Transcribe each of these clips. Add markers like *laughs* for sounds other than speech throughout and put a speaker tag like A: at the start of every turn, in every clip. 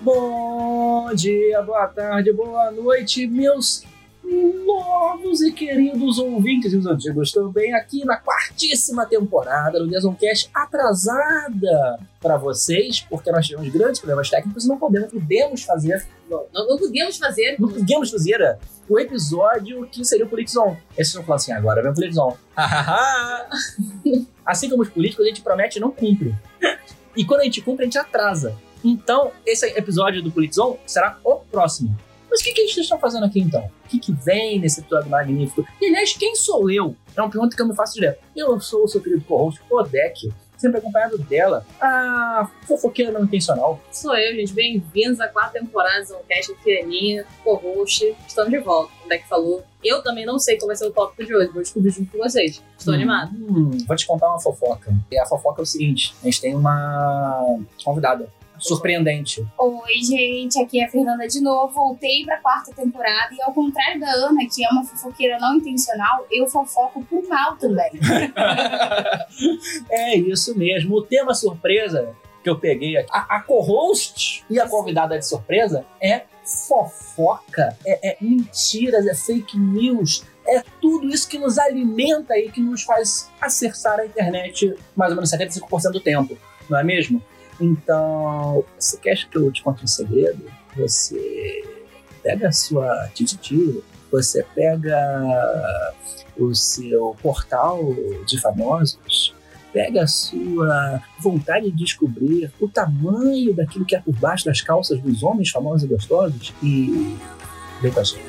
A: Bom dia, boa tarde, boa noite, meus novos e queridos ouvintes e os antigos também, aqui na quartíssima temporada do Gasoncast atrasada para vocês, porque nós tivemos grandes problemas técnicos e não podemos, podemos fazer,
B: Não, não, não podíamos fazer.
A: não podemos fazer o episódio que seria o Politizon. Esses vão falar assim, agora vem o Politizon. *laughs* Hahaha. assim como os políticos, a gente promete e não cumpre. E quando a gente cumpre, a gente atrasa. Então, esse episódio do Politizon será o próximo. Mas o que, que eles estão fazendo aqui então? O que, que vem nesse episódio magnífico? E aliás, quem sou eu? É uma pergunta que eu me faço direto. Eu sou o seu querido co-host, Odek, sempre acompanhado dela, a fofoqueira não intencional.
B: Sou eu, gente. Bem-vindos a quatro temporadas do Cast Pequenininha, co-host. Estamos de volta, como é que falou. Eu também não sei qual vai ser o tópico de hoje, vou descobrir junto com vocês. Estou animado.
A: Hum, vou te contar uma fofoca. E a fofoca é o seguinte: a gente tem uma convidada surpreendente.
C: Oi, gente, aqui é a Fernanda de novo. Voltei pra quarta temporada e, ao contrário da Ana, que é uma fofoqueira não intencional, eu fofoco por mal também.
A: é isso mesmo. O tema surpresa que eu peguei aqui, a, a co-host e a convidada de surpresa é fofoca, é, é mentiras, é fake news. É tudo isso que nos alimenta e que nos faz acessar a internet mais ou menos 75% do tempo, não é mesmo? Então, você quer que eu te conte um segredo? Você pega a sua tititi, você pega o seu portal de famosos, pega a sua vontade de descobrir o tamanho daquilo que é por baixo das calças dos homens famosos e gostosos e vem com a gente.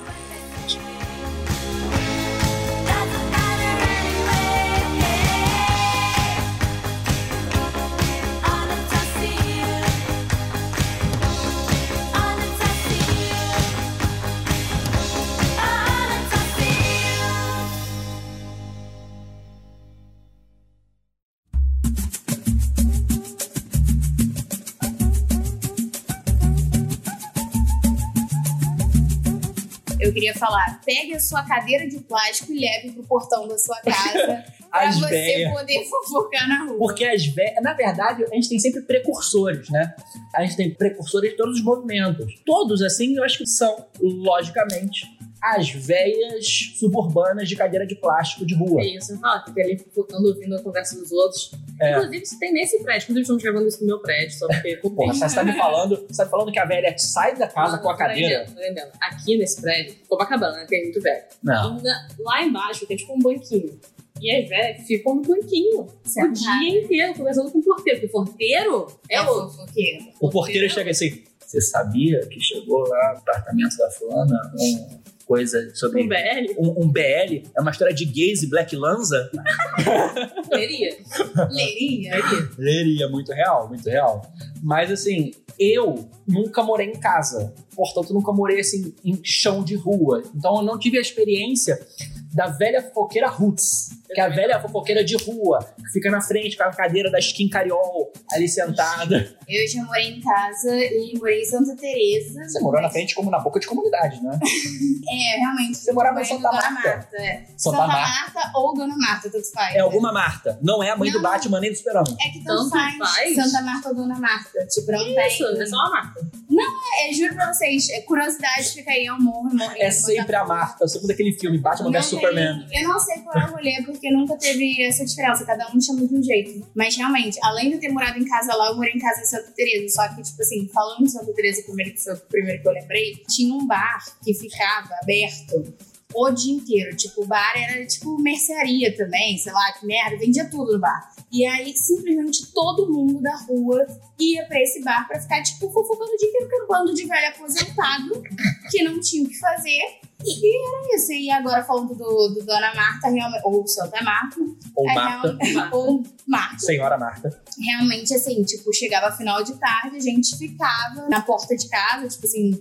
C: Eu queria falar: pegue a sua cadeira de plástico e leve pro portão da sua
A: *laughs*
C: casa pra
A: As
C: você
A: véias.
C: poder fofocar na rua.
A: Porque as velhas. Na verdade, a gente tem sempre precursores, né? A gente tem precursores de todos os movimentos. Todos, assim, eu acho que são, logicamente, as velhas suburbanas de cadeira de plástico de rua.
B: É isso, fala, fica ali focando, ouvindo a conversa dos outros.
A: É.
B: Inclusive, isso tem nesse prédio. Inclusive, estamos gravando isso no meu prédio, só
A: *laughs*
B: porque
A: Porra, você tá me falando, você tá me falando que a velha sai da casa com a cadeira? Tá.
B: Tô Tá entendendo. Aqui nesse prédio, Copacabana, né, que é muito velho.
A: Não.
B: Na- lá embaixo tem tipo um banquinho. E as velhas ficam no banquinho o
C: Sentada.
B: dia inteiro conversando com o porteiro. Porque o porteiro é,
C: É
B: o
C: fofoqueira.
A: O porteiro chega assim. Você sabia que chegou lá no apartamento da fulana um coisa sobre.
B: um velho.
A: Um, um BL? É uma história de gays e Black Lanza?
B: Leria.
C: Leirinha.
B: Leria.
A: Leria, muito real, muito real. Mas assim, eu nunca morei em casa. Portanto, nunca morei assim em chão de rua. Então eu não tive a experiência da velha fofoqueira Roots, que é a velha fofoqueira de rua, que fica na frente com a cadeira da skin cariol ali sentada.
C: Eu já morei em casa e morei em Santa Teresa.
A: Você morou na frente como na boca de comunidade, né?
C: É, realmente.
A: Você morava em
C: morei no
A: Santa
C: Dona
A: Marta.
C: Marta. é.
A: Santa
C: Santa
A: Marta.
C: Marta ou Dona Marta, tanto faz. né?
A: É alguma Marta. Não é a mãe do
C: Não.
A: Batman nem do Superman.
C: É que
B: Tanto
C: tanto faz,
B: faz.
C: Santa Marta ou Dona Marta. Tipo, não tem.
B: Isso, é só uma marca.
C: É, juro pra vocês, é, curiosidade fica aí, eu morro, eu morro. eu
A: É
C: morro.
A: sempre a Marta, sempre daquele filme Batman
C: Não
A: vs Superman.
C: tem- Eu não sei qual é o rolê, porque nunca teve essa diferença. Cada um chama de um jeito. Mas realmente, além de eu ter morado em casa lá, eu morei em casa em Santa Teresa. Só que, tipo assim, falando de Santa Teresa, primeiro que foi o primeiro que eu lembrei, tinha um bar que ficava aberto o dia inteiro. Tipo, o bar era tipo mercearia também, sei lá, que merda, vendia tudo no bar. E aí, simplesmente, todo mundo da rua ia pra esse bar pra ficar, tipo, fofocando o dia inteiro, que era um bando de velho aposentado que não tinha o que fazer. E era isso. Assim, E agora falando do, do Dona Marta, realmente, ou Santa Marta,
A: Ou
C: é
A: Marta,
C: real- ou Marta.
A: Senhora Marta.
C: Realmente, assim, tipo, chegava final de tarde, a gente ficava na porta de casa, tipo assim,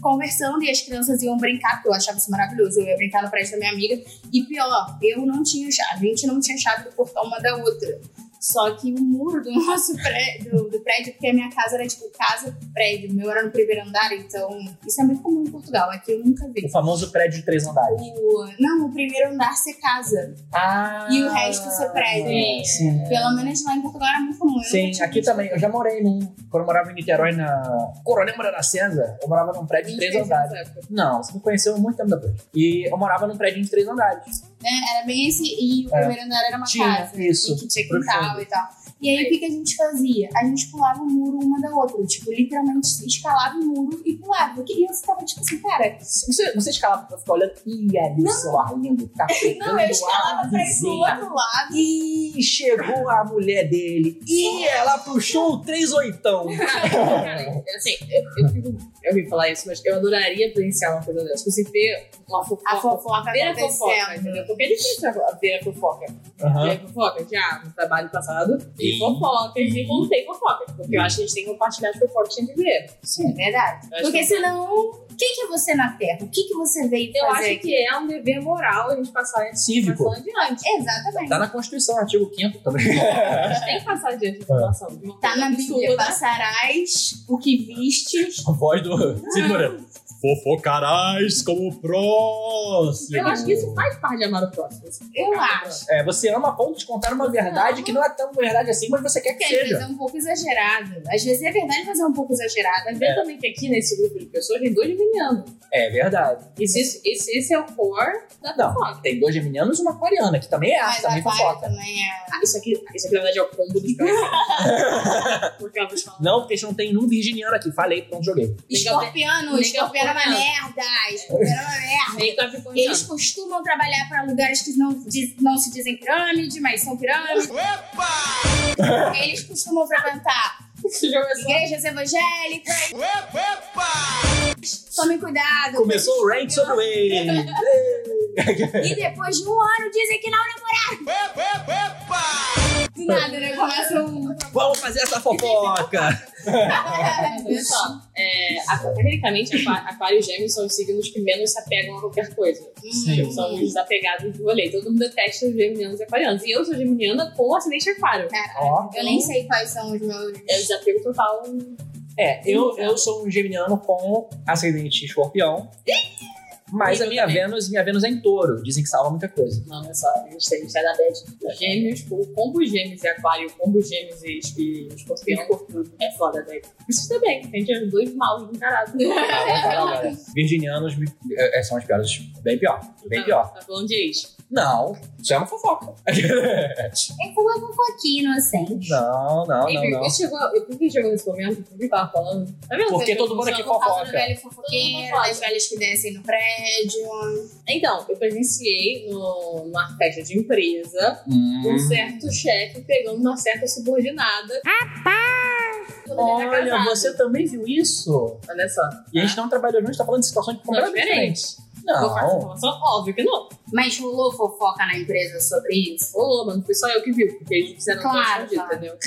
C: conversando e as crianças iam brincar, porque eu achava isso maravilhoso. Eu ia brincar no prédio da minha amiga. E pior, eu não tinha chave, a gente não tinha chave do portão uma da outra. Só que o muro do *laughs* nosso prédio, do, do prédio, porque a minha casa era tipo casa, prédio, o meu era no primeiro andar, então isso é muito comum em Portugal, aqui eu nunca vi.
A: O famoso prédio de três andares.
C: O, não, o primeiro andar ser casa.
A: Ah,
C: E o resto ser prédio.
A: Sim. sim.
C: Pelo menos lá em Portugal era muito comum. eu nunca
A: Sim,
C: tinha
A: aqui
C: visto.
A: também. Eu já morei num. Quando eu morava em Niterói, na Coronel Moranacenza, eu morava num prédio de três andares. Não, você me conheceu muito tempo depois. E eu morava num prédio de três andares.
C: Né? Era bem esse, e o
A: É.
C: primeiro andar era uma
A: Tinha
C: casa.
A: isso,
C: E que tinha
A: profundo.
C: quintal e tal. E aí o que, que a gente fazia? A gente pulava o muro uma da outra. Tipo, literalmente escalava o muro e pulava. E eu ficava tipo assim, cara,
A: Você, você escalava pra ficar olhando. Ih, ali o celular lindo. Tá pegando
C: *laughs* não, eu
A: a
C: escalava pra ir pro
A: vizinha.
C: outro lado.
A: Ih, chegou a mulher dele. Ih, ela puxou o três oitão.
B: Cara, assim, eu, eu fico- eu ouvi falar isso, mas eu adoraria presenciar uma coisa dessa. Você ver uma fofoca.
C: A fofoca
B: Ver a fofoca,
C: acontecendo.
B: entendeu? Porque é difícil ver a fofoca. E aí, fofoca, já, no trabalho passado, e
A: Sim.
B: fofocas, e contei fofocas. Porque eu acho que a gente tem que compartilhar as fofocas sempre ver.
C: É verdade.
B: Eu acho
C: Porque
B: que-
C: senão, quem que é você na Terra? O que, que você veio
B: Eu
C: fazer?
B: acho que é um dever moral a gente passar essa
A: Cívico.
B: informação adiante.
C: Exatamente.
A: Tá na Constituição, artigo 5 também.
B: A gente tem que passar adiante a
A: É.
B: informação. de uma
C: Tá
B: coisa
C: na Bíblia,
B: absurda.
C: passarás o que vistes.
A: *laughs* A voz do Cid Moreira. Fofocarás como o próximo.
B: Eu acho que isso faz parte de amar o próximo. assim.
C: Eu acho.
A: É, você ama a ponto de contar uma verdade que não é tão verdade assim, mas você quer que
C: Porque às vezes
A: seja.
C: é um pouco exagerado. Às vezes é verdade, mas é um pouco exagerado.
B: Mas vê também que aqui nesse grupo de pessoas tem dois geminianos.
A: É verdade.
B: Esse, esse, esse é o core da
A: Não.
B: fofoca.
A: Tem dois geminianos e uma aquariana, que também é arte,
C: Mas
A: também
C: aquário
A: fofoca.
C: também é.
B: Ah, isso aqui, isso aqui na verdade é o combo dos
C: *laughs*
B: pés. Porque elas falam.
A: Não, porque a gente não tem nenhum virginiano aqui. Falei, pronto, joguei.
C: Escorpiano,
B: Nem
C: escorpiano é uma merda. Escorpiano é uma merda.
B: Nem capricorniano.
C: Eles costumam trabalhar para lugares que não, diz- não se dizem pirâmide, mas são pirâmides. Eles costumam frequentar
B: Isso já começou.
C: igrejas evangélicas. Tomem cuidado.
A: Começou o rank sobre o
B: *laughs*
A: Wave.
C: E depois de um ano dizem que não namoraram. Do nada, né? Começa um.
A: Vamos fazer essa fofoca.
B: Olha só, é, aqua- tecnicamente, aqua- aquário e gêmeos são os signos que menos se apegam a qualquer coisa. Tipo,
A: Sim.
B: São os desapegados do rolê. Todo mundo detesta os geminianos e aquarianos. E eu sou geminiana com acidente aquário.
A: Ó.
C: Eu nem sei quais são os meus.
B: É o desapego total.
A: É, eu, eu sou um geminiano com ascendente escorpião. Mas a minha Vênus, minha Vênus é em touro. Dizem que salva muita coisa.
B: Não, olha só, a gente tem que da Beth. Gêmeos, o combo gêmeos e aquário, o combo gêmeos e es- e escorpião. É foda, velho. Isso também, a gente é dois maus do caralho. é
A: Virginianos é, é, são as piadas bem pior. *laughs* Bem pior.
B: Tá falando de ex.
A: Não, isso é uma fofoca. *laughs*
C: É como assim. uma fofoquinha inocente.
A: Não, não, não,
B: Enfim,
A: não.
B: eu chegou, eu, por que chegou nesse momento? Por que tava falando? Tá vendo?
A: Porque todo mundo aqui
C: Por causa do
A: fofoca.
C: velho fofoqueiro,
B: Fofoca.
C: das velhas que descem no prédio.
B: Então, eu presenciei no, numa festa de empresa um
A: Hum.
B: certo chefe pegando uma certa subordinada. Rapaz!
A: Olha, você também viu isso?
B: Olha só.
A: E a gente não trabalhou junto, tá falando de situações completamente
B: Ah. diferente.
A: diferentes.
B: Vou
A: *laughs*
B: falar essa
A: Não.
B: informação? Óbvio que não.
C: Mas rolou fofoca na empresa sobre isso?
B: Ô, mano, foi só eu que vi, porque eles fizeram
C: Claro,
B: um escondido,
C: claro.
B: entendeu?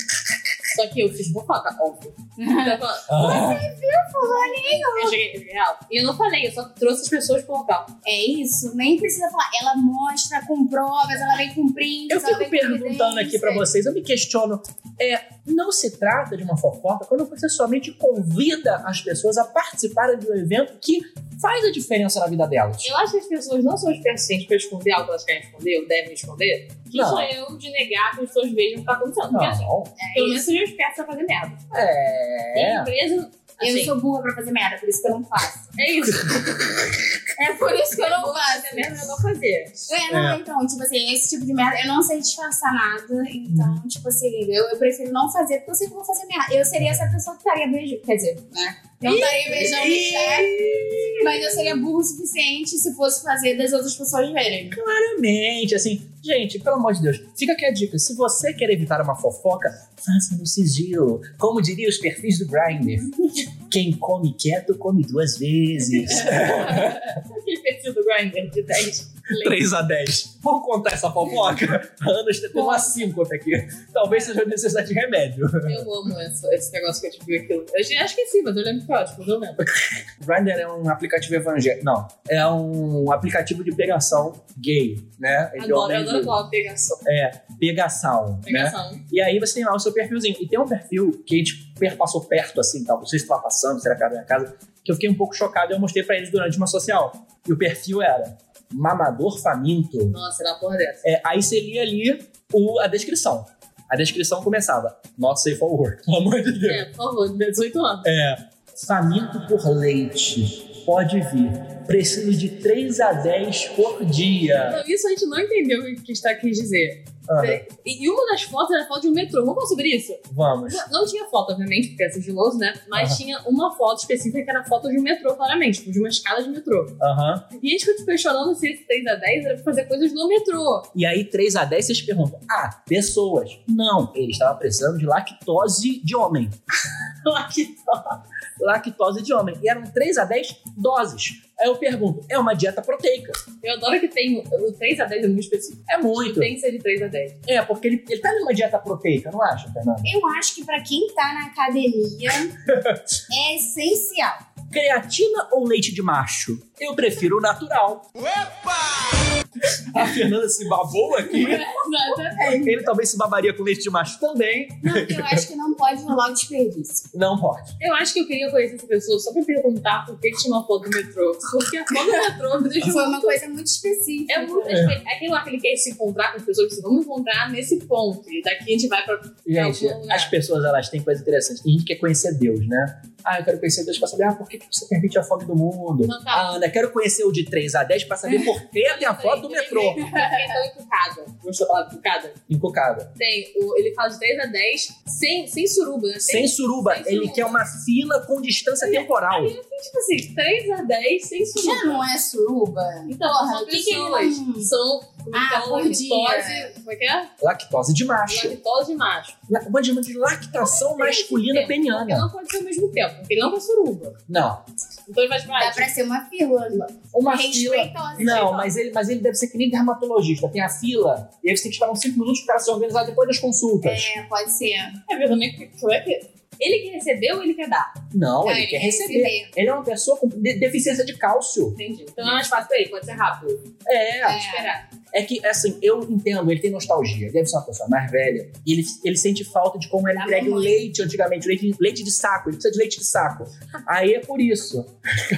B: Só que eu fiz fofoca, óbvio. Então, eu falo-
A: Ah,
B: eu cheguei, eu cheguei real. E eu não falei, eu só trouxe as pessoas pro local.
C: É isso? Nem precisa falar. Ela mostra com provas, ela vem com prints.
A: eu
C: ela
A: fico
C: vem com
A: perguntando aqui pra
C: evidências.
A: vocês, eu me questiono. É, não se trata de uma fofoca quando você somente convida as pessoas a participarem de um evento que faz a diferença na vida delas.
B: Eu acho que as pessoas não são suficientes pra esconder algo que elas querem esconder ou devem esconder. Que
A: Não.
B: sou eu de negar que as pessoas vejam o que tá acontecendo. Porque assim,
A: Não.
B: pelo menos sejam espertos pra fazer merda. Tem
A: É.
B: empresa.
C: Eu
B: Assim,
C: sou burra pra fazer merda, por isso que eu não faço.
B: É *laughs* isso.
C: É por isso que eu não faço.
B: É merda, eu vou fazer.
C: É, não, então, tipo assim, esse tipo de merda, eu não sei disfarçar nada, então, tipo assim, eu, eu prefiro não fazer, porque eu sei que eu vou fazer merda. Eu seria essa pessoa que estaria beijando, quer dizer, né? Não estaria beijando o chefe, mas eu seria burro o suficiente se fosse fazer das outras pessoas verem.
A: Claramente, assim. Gente, pelo amor de Deus, fica aqui a dica. Se você quer evitar uma fofoca, faça no sigilo. Como diria os perfis do Grindr.
B: Uhum.
A: Quem come quieto, come duas vezes.
B: Aquele perfil do Grindr de 10.
A: 3x10. Vou contar essa *laughs* fofoca? Anos tem uma síncope aqui. Talvez seja necessidade de remédio.
B: Eu amo essa- esse negócio que eu tive aquilo. Eu já esqueci, mas eu lembro que é ótimo, eu lembro.
A: Grindr é um aplicativo evangélico. Não, é um aplicativo de pegação gay, né? Entre
B: Adoro, eu
A: homens
B: adoro
A: e-
B: falar pegação.
A: É, pegação, né?
B: Pegação.
A: E aí você tem lá o seu perfilzinho. E tem um perfil que a gente per- passou perto, assim, tal. Não sei se tava passando, será que era da minha casa. Que eu fiquei um pouco chocado e eu mostrei pra eles durante uma social. E o perfil era mamador faminto.
B: Nossa, era uma porra dessa.
A: É, aí você lia ali o- a descrição. A descrição começava, not safe for work, *laughs* pelo amor de Deus.
B: É, por favor, 18 anos.
A: É, faminto por leite, pode vir. Preciso de 3 a 10 por dia.
B: Então, isso a gente não entendeu o que está quis dizer.
A: Ana,
B: E, e uma das fotos era a foto de um metrô. Vamos falar sobre isso?
A: vamos.
B: Não, não tinha foto, obviamente, porque é sigiloso, né? Mas
A: Aham.
B: tinha uma foto específica que era a foto de um metrô, claramente, tipo, de uma escada de metrô.
A: Aham.
B: E a gente ficou questionando se esse 3 a 10 era pra fazer coisas no metrô.
A: E aí, 3 a 10, vocês perguntam: ah, pessoas. Não, ele estava precisando de lactose de homem. *laughs* Lactose de homem. E eram 3 a 10 doses. Aí eu pergunto: é uma dieta proteica?
B: Eu adoro que tem o 3 a 10 é muito específico.
A: É muito.
B: Tem que ser de 3
A: *laughs*
B: a 10.
A: É, porque ele, ele tá numa dieta proteica, não acha, Fernanda?
C: Eu acho que pra quem tá na academia
A: *laughs*
C: é essencial.
A: Creatina ou leite de macho? Eu prefiro o natural. Opa! A Fernanda se babou aqui.
B: Exatamente.
A: Ele talvez se babaria com leite de macho também.
C: Não, eu acho que não pode rolar o desperdício.
A: Não pode.
B: Eu acho que eu queria conhecer essa pessoa só pra perguntar por que que tinha uma foto do metrô. Porque a foto do metrô *laughs* me deixou
C: Foi uma coisa muito específica.
B: É muito. É. tipo, é aquele lá que ele quer se encontrar com as pessoas que se vão encontrar nesse ponto. E daqui a gente vai pra.
A: Gente,
B: Não, não é.
A: as pessoas elas têm coisa interessante. Tem gente que quer conhecer Deus, né? Ah, eu quero conhecer Deus pra saber ah, por que que você permite a fome do mundo.
B: Não, tá.
A: Ah, Ana, quero conhecer o de 3 a 10 pra saber por que tem a *laughs* foto do
B: *laughs*
A: metrô.
B: Porque então, encucada. Gostou da palavra encucada?
A: Encucada.
B: Tem. O, ele fala de 3 a 10 sem, sem suruba, né?
A: Sem suruba,
B: sem
A: ele
B: suruba.
A: quer uma fila com distância temporal.
B: Tipo assim, 3 a 10 sem suruba.
C: Já não é suruba?
B: Então,
C: Porra,
B: são
C: o que que ele
B: pessoas.
C: não-
B: São.
C: Ah,
B: então,
C: por dia.
B: lactose. Como é que é?
A: Lactose de macho.
B: Lactose de macho.
A: La- Uma de- de lactação masculina
B: Tempo, Porque
A: peniana.
B: não pode ser ao mesmo tempo. Porque ele não faz suruba.
A: Não,
B: Então ele faz
C: Dá
B: mais.
C: pra ser uma fila.
A: Uma fila.
C: Respeitosa.
A: Não, mas ele, mas ele deve ser que nem dermatologista. Tem a fila, e aí você tem que esperar uns 5 minutos pro cara se organizar depois das consultas.
C: É, pode ser.
B: É, mas também, como é que. Ele que recebeu, ele quer dar.
A: Não,
C: Ah,
A: ele quer
C: quer
A: receber. Ele é uma pessoa com de- deficiência de cálcio.
B: Entendi. Então é mais fácil pra ele, pode ser rápido.
A: É.
C: É.
B: Esperar.
A: É que, assim, eu entendo, ele tem nostalgia. Ele Deve ser uma pessoa mais velha. E ele, ele sente falta de como era
C: Da
A: entregue o
C: mamãe.
A: leite antigamente. Leite, leite de saco. Ele precisa de leite de saco. Aí é por isso. *laughs*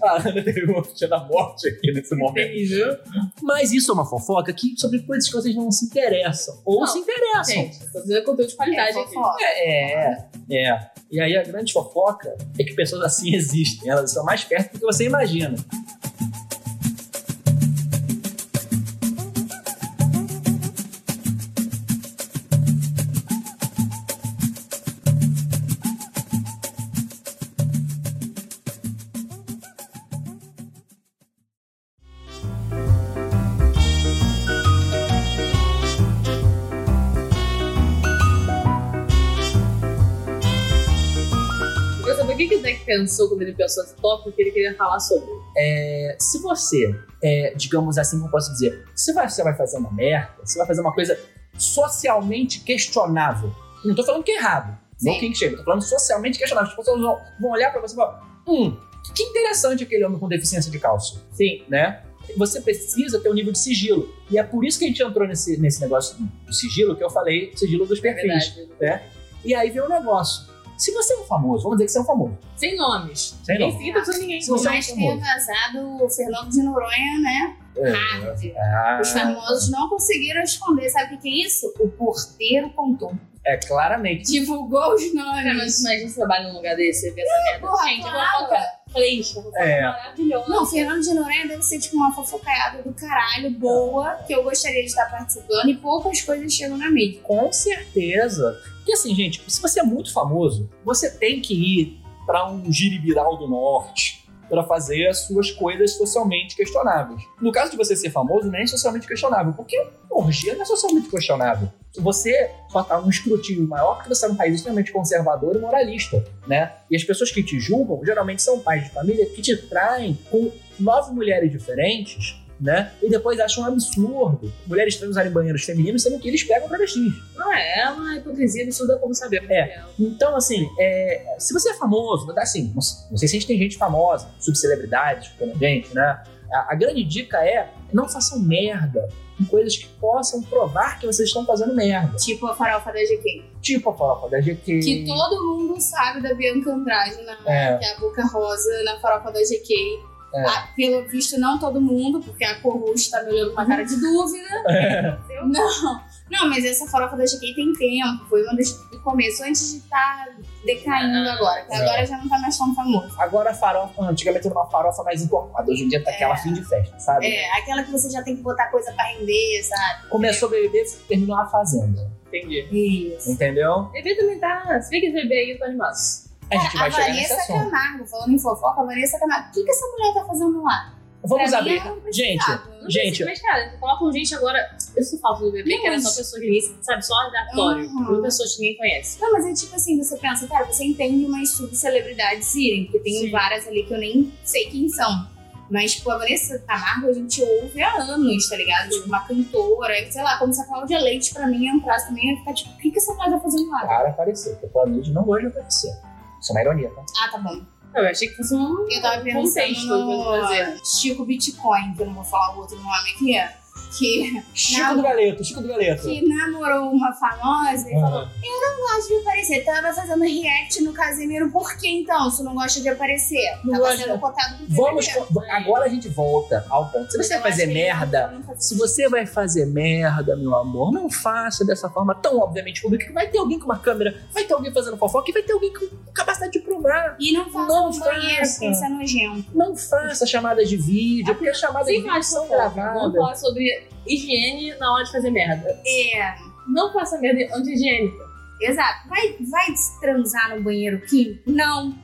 A: a Ana teve uma tia da morte aqui nesse momento.
B: Entendi.
A: Mas isso é uma fofoca que, sobre coisas que vocês não se interessam. Ou
B: Não,
A: se interessam.
B: Gente, tô dizendo conteúdo de qualidade
C: É
B: aqui.
C: fofoca.
A: É, é. E aí a grande fofoca é que pessoas assim *laughs* existem. Elas estão mais perto do que você imagina.
B: Eu saber o que que o Zack pensou quando ele pensou esse tópico que ele queria falar sobre.
A: É, se você, é, digamos assim, como eu posso dizer, se vai- você vai fazer uma merda, você vai fazer uma coisa socialmente questionável. Não tô falando que é errado. Não
C: Sim.
A: quem chega, tô falando socialmente questionável. As pessoas vão, vão olhar pra você e falar: hum, que interessante aquele homem com deficiência de cálcio.
B: Sim.
A: né? Você precisa ter um nível de sigilo. E é por isso que a gente entrou nesse, nesse negócio do sigilo que eu falei, sigilo dos
B: É
A: perfis.
B: verdade.
A: e aí vem o negócio. Se você é um famoso, vamos dizer que você é um famoso.
B: Sem nomes.
A: Sem
B: Ninguém
A: nome.
B: cita sobre ninguém.
A: É. Se você- um
C: Mas tenha vazado o Fernando de Noronha, né?
A: É.
C: Hard.
A: Ah,
C: Os famosos não conseguiram esconder. Sabe o que que é isso? O porteiro contou.
A: é claramente.
C: Divulgou os
B: Cara, mas
C: nomes.
B: imagina você trabalha num lugar desse e vê essa merda.
C: porra,
B: Gente,
C: claro.
B: uma fofoca fresca, uma fofoca
A: É.
B: maravilhosa.
C: Não, Fernando de Noronha deve ser tipo uma fofocaiada do caralho, boa, que eu gostaria de estar participando e poucas coisas chegam na mídia.
A: Com certeza. Porque assim, gente, se você é muito famoso, você tem que ir pra um giribiral do norte pra fazer as suas coisas socialmente questionáveis. No caso de você ser famoso, nem é socialmente questionável, porque orgia não é socialmente questionável. Você só tá num escrutínio maior porque você é um país extremamente conservador e moralista, né? E as pessoas que te julgam geralmente são pais de família que te traem com nove mulheres diferentes né? E depois acham um absurdo mulheres trans usarem banheiros femininos, sendo que eles pegam travestis.
B: Não é, é uma hipocrisia absurda como sabemos.
A: É.
B: que é.
A: Então, assim, é, se você é famoso, vou dar assim, não sei, não sei se a gente tem gente famosa, subcelebridades como a gente, né? A, a grande dica é não façam merda em coisas que possam provar que vocês estão fazendo merda.
C: Tipo a farofa da GQ.
A: Tipo a farofa da GQ.
C: Que todo mundo sabe da Bianca Andrade, na,
A: É.
C: que é a boca rosa na farofa da GQ.
A: É.
C: Ah, pelo visto, não todo mundo, porque a Corruz tá me olhando com uma cara de dúvida.
A: É.
C: Não, não, mas essa farofa da GQ tem tempo. Foi uma das do começo, antes de estar decaindo
B: Ah.
C: agora. Que
A: É.
C: agora já não tá mais tão famoso.
A: Agora a farofa, antigamente era uma farofa mais encorpada, hoje em dia tá aquela fim de festa, sabe?
C: É, aquela que você já tem que botar coisa pra render, sabe?
A: Começou a beber, terminou a fazenda.
B: Entendi.
C: Isso.
A: Entendeu?
B: Bebê também tá. Se bem que bebê aí tá animado.
A: A gente vai
C: É, a
A: chegar nesse
C: Vanessa
A: assunto.
C: Camargo, falando em fofoca, a Vanessa Camargo. O que, que essa mulher tá fazendo lá?
A: Vamos
C: Pra mim, é um
A: abrir.
C: ela não
A: Gente,
C: precisava.
B: Não
A: Gente.
B: precisa, Mas, cara, falar com gente agora. Eu só falo do bebê,
C: Não,
B: que era só
C: mas-
B: pessoas que sabe, só aleatório.
C: Uhum.
B: Uhum. Pessoas que ninguém conhece.
C: Não, mas é tipo assim, você pensa, cara, você entende umas subcelebridades irem, porque tem
B: Sim.
C: várias ali que eu nem sei quem são. Mas, tipo, a Vanessa Camargo a gente ouve há anos, tá ligado? Tipo, uma cantora, sei lá, como se a Cláudia Leite pra mim entrasse também, eu ia ficar tipo, o que, que essa mulher tá fazendo lá?
A: Para aparecer, porque o planeta não gosta de aparecer. Isso é uma ironia, tá?
C: Ah, tá bom.
B: Não, eu achei que fosse um
C: Eu tava
B: contexto
C: pensando
B: no... fazer.
C: no Chico Bitcoin, que eu não vou falar o outro nome aqui, é, que,
A: Chico
C: Não.
A: do Galeto, Chico do Galeto.
C: que namorou uma famosa e falou,
A: Uhum.
C: gosta de aparecer. Tava fazendo react no Casemiro. Por que então? Se não gosta de aparecer?
A: Não
C: Tava
A: gosta.
C: sendo cotado pro
A: Vamos,
C: BBB.
A: agora a gente volta ao ponto. Se você vai
C: Eu acho
A: fazer
C: que
A: merda,
C: não faz
A: se você vai fazer merda, meu amor, não faça dessa forma tão obviamente pública que vai ter alguém com uma câmera, vai ter alguém fazendo fofoca e vai ter alguém com capacidade de provar.
C: E não faça
A: Não
C: no banheiro,
A: faça.
C: porque isso é nojento.
A: Não faça chamadas de
C: É
A: vídeo, porque as chamadas de
B: Sem
A: vídeo
B: mais
A: são
B: fofoca, vamos
A: gravadas.
B: falar sobre higiene na hora de fazer merda.
C: É,
B: Não faça merda anti-higiênica.
C: exato. Vai, vai transar no banheiro químico? Não.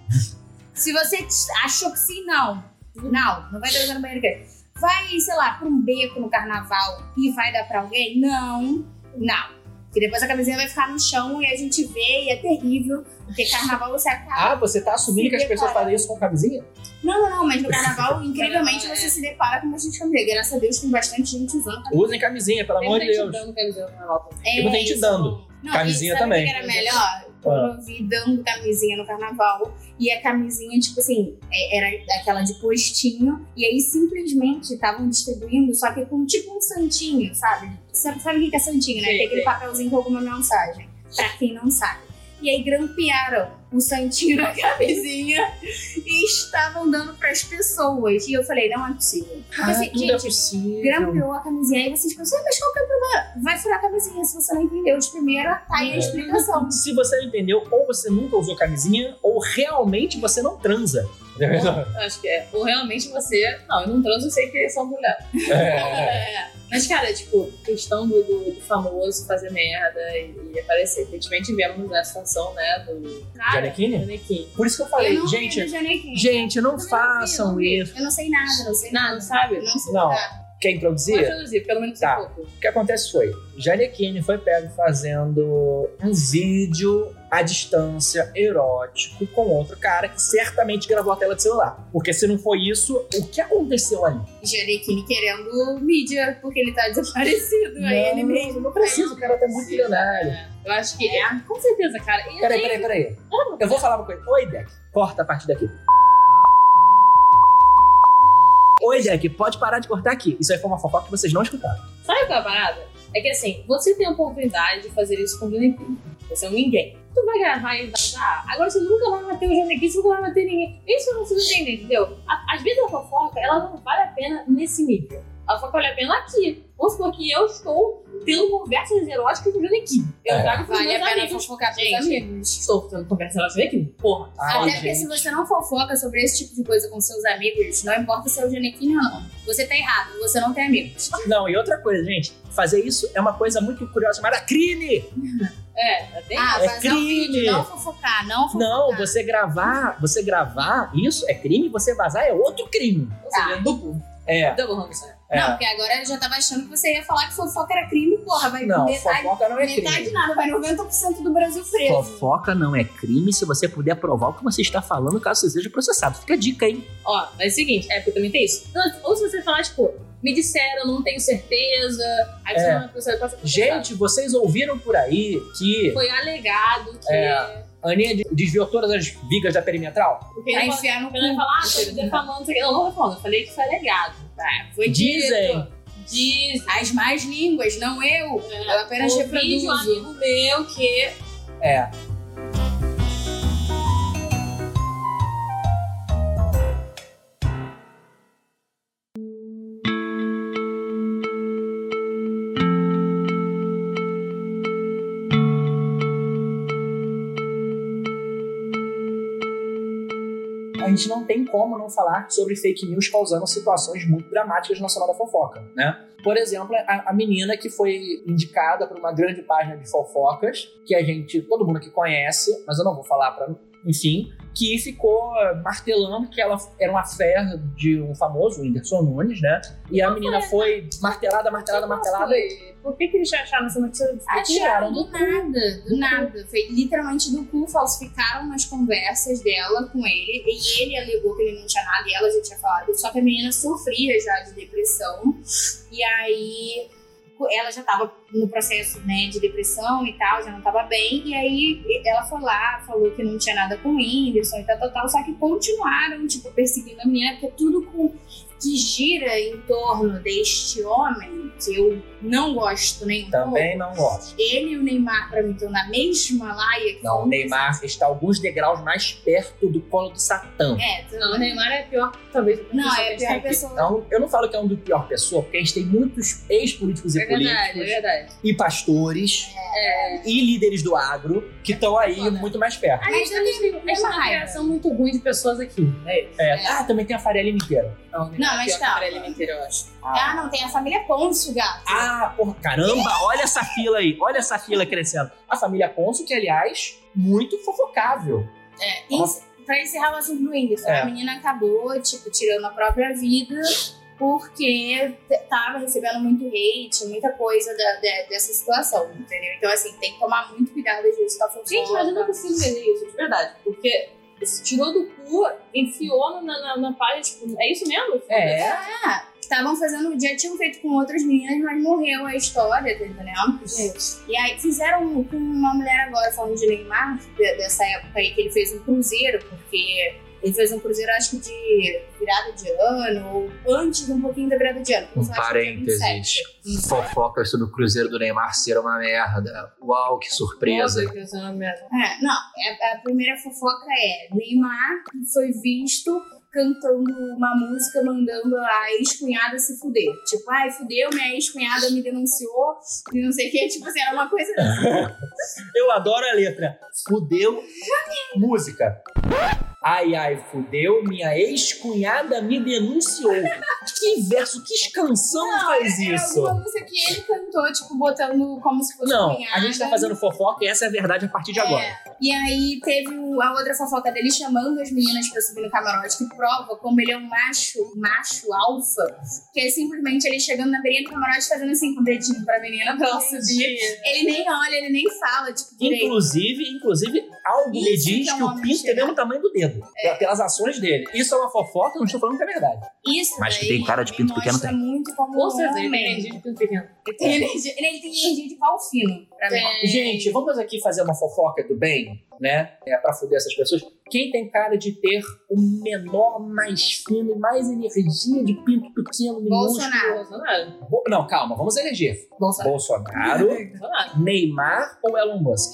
C: Se você t- achou que sim, não. Não, não vai transar no banheiro químico. Vai, sei lá, pra um beco no carnaval e vai dar pra alguém? Não. Não. Que depois a camisinha vai ficar no chão e a gente vê e é terrível. Porque carnaval você acaba
A: Ah, você tá assumindo que as pessoas fazem isso com camisinha?
C: Não, não, não, mas no carnaval, incrivelmente,
B: Carnaval, é.
C: você se depara com bastante camisinha. Graças a Deus tem bastante gente usando camisinha.
A: Usem camisinha, pelo amor de
B: Tem gente
A: Deus.
B: dando camisinha no Natal também.
A: E muita gente
C: É isso.
A: Tipo, dando.
C: Não,
A: Camisinha
C: e sabe
A: também. Ah.
C: O que era melhor? Promovi dando camisinha no carnaval. E a camisinha, tipo assim, é- era aquela de postinho. E aí simplesmente estavam distribuindo, só que com tipo um santinho, sabe? Sabe, sabe o que que é santinho, né?
B: Sim,
C: Tem aquele
B: sim.
C: papelzinho com alguma mensagem. Pra quem não sabe. E aí grampearam o santinho na *laughs* camisinha e estavam dando pras pessoas. E eu falei, não é possível. Porque,
A: Ah,
C: assim,
A: tudo é possível.
C: grampeou a camisinha e vocês pensam, "Ah, mas qual que é o problema? Vai furar a camisinha se você não entendeu de primeira, tá aí a
A: É.
C: explicação.
A: Se você não entendeu, ou você nunca usou camisinha, ou realmente você não transa. *laughs*
B: Eu Acho que é. Ou realmente você. Não, eu não transo, eu sei que são mulher.
A: É.
B: É. Mas, cara, tipo, questão do, do- do famoso fazer merda e, e aparecer. Felizmente vemos a situação, né? Do
A: Janequine?
B: Janequim.
A: Por isso que eu
C: Eu
A: falei,
C: não
A: gente,
C: vi do Janequim.
A: gente, não
C: Também não vi,
A: façam
C: não vi.
A: isso.
C: Eu não sei nada, não sei nada.
B: Não, não sabe?
C: Não sei
A: Não.
C: nada.
A: Quer
B: Pode
A: introduzir?
B: traduzir, pelo menos
A: Tá.
B: um pouco.
A: O que acontece foi, Janequine foi pego fazendo um vídeo à distância erótico com outro cara que certamente gravou a tela de celular. Porque se não foi isso, o que aconteceu ali?
C: Janequim querendo mídia, porque ele tá desaparecido. aí ele
A: não,
C: mesmo.
A: não precisa, o cara tá muito
B: Precisa,
A: milionário.
B: né? Eu acho que é, com certeza, cara. E assim,
A: Peraí,
B: tem-
A: peraí, peraí. Eu
C: é?
A: vou falar uma coisa. Oi, Deck. Corta a parte daqui. Oi, Deck. Pode parar de cortar aqui. Isso aí foi uma fofoca que vocês não escutaram.
B: Sabe qual é a parada? É que assim, você tem a oportunidade de fazer isso com o Janequim. Você é um ninguém. Tu vai gravar e vazar. Agora você nunca vai bater o Janequim, você nunca vai bater ninguém. Isso eu não consigo entender, entendeu? A- Às vezes a fofoca, ela não vale a pena nesse nível. A fofoca vale a pena aqui. Vamos supor que eu estou tendo conversas eróticas com o Janequim. Eu
A: É.
B: trago pros
C: Vale
B: meus
C: a pena
B: amigos.
C: fofocar pros
B: Gente.
C: amigos.
B: Estou tendo conversas eróticas com o Janequim? Porra.
A: Ah,
C: Até porque se você não fofoca sobre esse tipo de coisa com seus amigos, não importa se é o Janequim ou não. Você tá errado, você não tem amigos.
A: Não, e outra coisa, gente. Fazer isso é uma coisa muito curiosa chamada crime.
B: É, tem
C: Ah,
A: É
C: fazer um
A: crime.
C: vídeo, não fofocar, não fofocar.
A: Não, você gravar, você gravar isso é crime, você vazar é outro crime.
C: Tá.
B: Ou seja, é duplo.
A: É,
B: Double homicide.
C: Não, porque agora eu já tava achando que você ia falar que fofoca era crime, porra, vai
A: Não,
C: metade,
A: fofoca não é
C: metade
A: crime.
C: nada, vai 90% do Brasil preso.
A: Fofoca não é crime se você puder provar o que você está falando, caso você seja processado. Fica a dica, hein?
B: Ó, mas é o seguinte, é porque também tem isso. Então, Ou se você falar, tipo, me disseram, não tenho certeza, aí você
A: É.
B: não você passa por
A: Gente, vocês ouviram por aí que
B: foi alegado que.
A: É. Aninha de- desviou todas as vigas da perimetral?
B: Porque
C: Pra
B: ele fala-
C: enfiar no cu.
B: ele vai falar, ah, tô me defamando, não sei o quê. Não, não defamando, eu falei que foi alegado. Tá? Foi
A: Dizem.
B: dito. Diz.
C: As más línguas, não eu. Eu apenas
B: Ouvi de um
C: reproduzo.
B: amigo meu que
A: É. A gente não tem como não falar sobre fake news causando situações muito dramáticas na semana da fofoca, né? Por exemplo, a, a menina que foi indicada por uma grande página de fofocas, que a gente, todo mundo aqui conhece, mas eu não vou falar pra. Enfim, que ficou martelando que ela era uma fé de um famoso, o Whindersson Nunes, né? E a menina foi Tipo assim, martelada, martelada, martelada.
B: Foi. Por que, que eles acharam essa notícia?
C: Atiraram
B: um
C: do nada, do nada. Foi literalmente do cu, falsificaram as conversas dela com ele. E ele alegou que ele não tinha nada e ela já tinha falado. Só que a menina sofria já de depressão. E aí ela já tava no processo né, de depressão e tal, já não tava bem. E aí ela foi lá, falou que não tinha nada com o Whindersson e tal, tal, tal. Só que continuaram, tipo, perseguindo a menina, porque tudo com que gira em torno deste homem, que eu não gosto nem um pouco.
A: Também não gosto.
C: Ele e o Neymar, pra mim, estão na mesma laia. que
A: Não, o
C: foi-
A: Neymar está alguns degraus mais perto do colo do Satã.
C: É, tu-
B: Não, o Neymar é pior, talvez.
C: não,
B: que
C: é a
B: a
C: pior
B: gente tem aqui.
C: pessoa.
A: Então, eu não falo que é um do pior pessoa, porque a gente tem muitos ex-políticos e
B: É verdade, é
A: políticos,
B: verdade.
A: e pastores,
B: É.
A: e líderes do agro que estão aí
B: foda.
A: muito mais perto.
B: A
C: Mas
B: gente
C: eu
B: também tem
C: mesma
B: uma
C: raiva.
B: reação muito ruim de pessoas aqui. É isso.
A: É. Ah, também tem a Faria Lima inteira. Então,
B: Não,
C: Não, mas calma.
B: inteira, eu acho.
C: Ah, não, tem a família Ponço, gato.
A: Ah, porra, caramba, olha essa fila aí, olha essa fila crescendo. A família Consul, que aliás, muito fofocável.
C: É, e pra encerrar o assunto do Whindersson,
A: É.
C: a menina acabou, tipo, tirando a própria vida porque t- tava recebendo muito hate, muita coisa da- de- dessa situação, entendeu? Então, assim, tem que tomar muito cuidado às vezes com a fofoca.
B: Gente, mas eu não consigo entender isso, de verdade. Porque se tirou do cu, enfiou na, na, na palha, tipo, é isso mesmo?
A: É.
C: Ah, estavam fazendo, já tinham feito com outras meninas, mas morreu a história, tá entendendo?
B: Gente.
C: E aí fizeram um com uma mulher agora falando de Neymar, de- dessa época aí que ele fez um cruzeiro, porque ele fez um cruzeiro acho que de virada de ano, ou antes um pouquinho da virada de ano. porque eu acho que é dia 27.
A: Fofocas sobre o Cruzeiro do Neymar ser uma merda. Uau, que
B: Nossa, que isso é uma merda.
C: É, não, a, a primeira fofoca é Neymar foi visto cantando uma música, mandando a ex-cunhada se fuder. Tipo, ai, fudeu, minha ex-cunhada me denunciou, e não sei o que. Tipo assim, era uma coisa
A: Eu adoro a letra. Fudeu música. Ai, ai, fudeu, minha ex-cunhada me denunciou. Que verso, que canção faz
C: Era
A: isso?
C: é alguma música que ele cantou, tipo, botando como se fosse
A: Não,
C: cunhada.
A: a gente tá fazendo fofoca e essa é a verdade a partir de agora.
C: É. E aí teve o- a outra fofoca dele chamando as meninas pra subir no camarote, que prova como ele é um macho, macho alfa, que é simplesmente ele chegando na beirinha do camarote fazendo assim com o dedinho pra menina pra ela subir. Ele nem olha, ele nem fala, tipo, direito.
A: Inclusive, inclusive, algo me
C: Isso
A: diz
C: que é um
A: que o
C: homem
A: pinto é o
C: chegado.
A: mesmo tamanho do dedo. Pelas ações dele. Isso é uma fofoca, eu não estou falando que é verdade.
C: Isso
A: Mas que
C: daí
A: tem cara de pinto pequeno,
C: mostra muito como
B: Com
C: um
B: certeza,
C: homem.
B: ele tem energia de pinto pequeno.
C: Ele tem energia, ele tem energia de pau fino, pra mim.
A: Gente, vamos aqui fazer uma fofoca do bem, né? É, pra foder essas pessoas. Quem tem cara de ter o menor, mais fino e mais energia de pinto pequeno, minúsculo?
C: Bolsonaro.
B: Bolsonaro. Tá.
A: Bo- Não, calma, vamos eleger.
C: Bolsonaro.
A: Bolsonaro,
B: Tipo, Bolsonaro.
A: Neymar ou Elon Musk?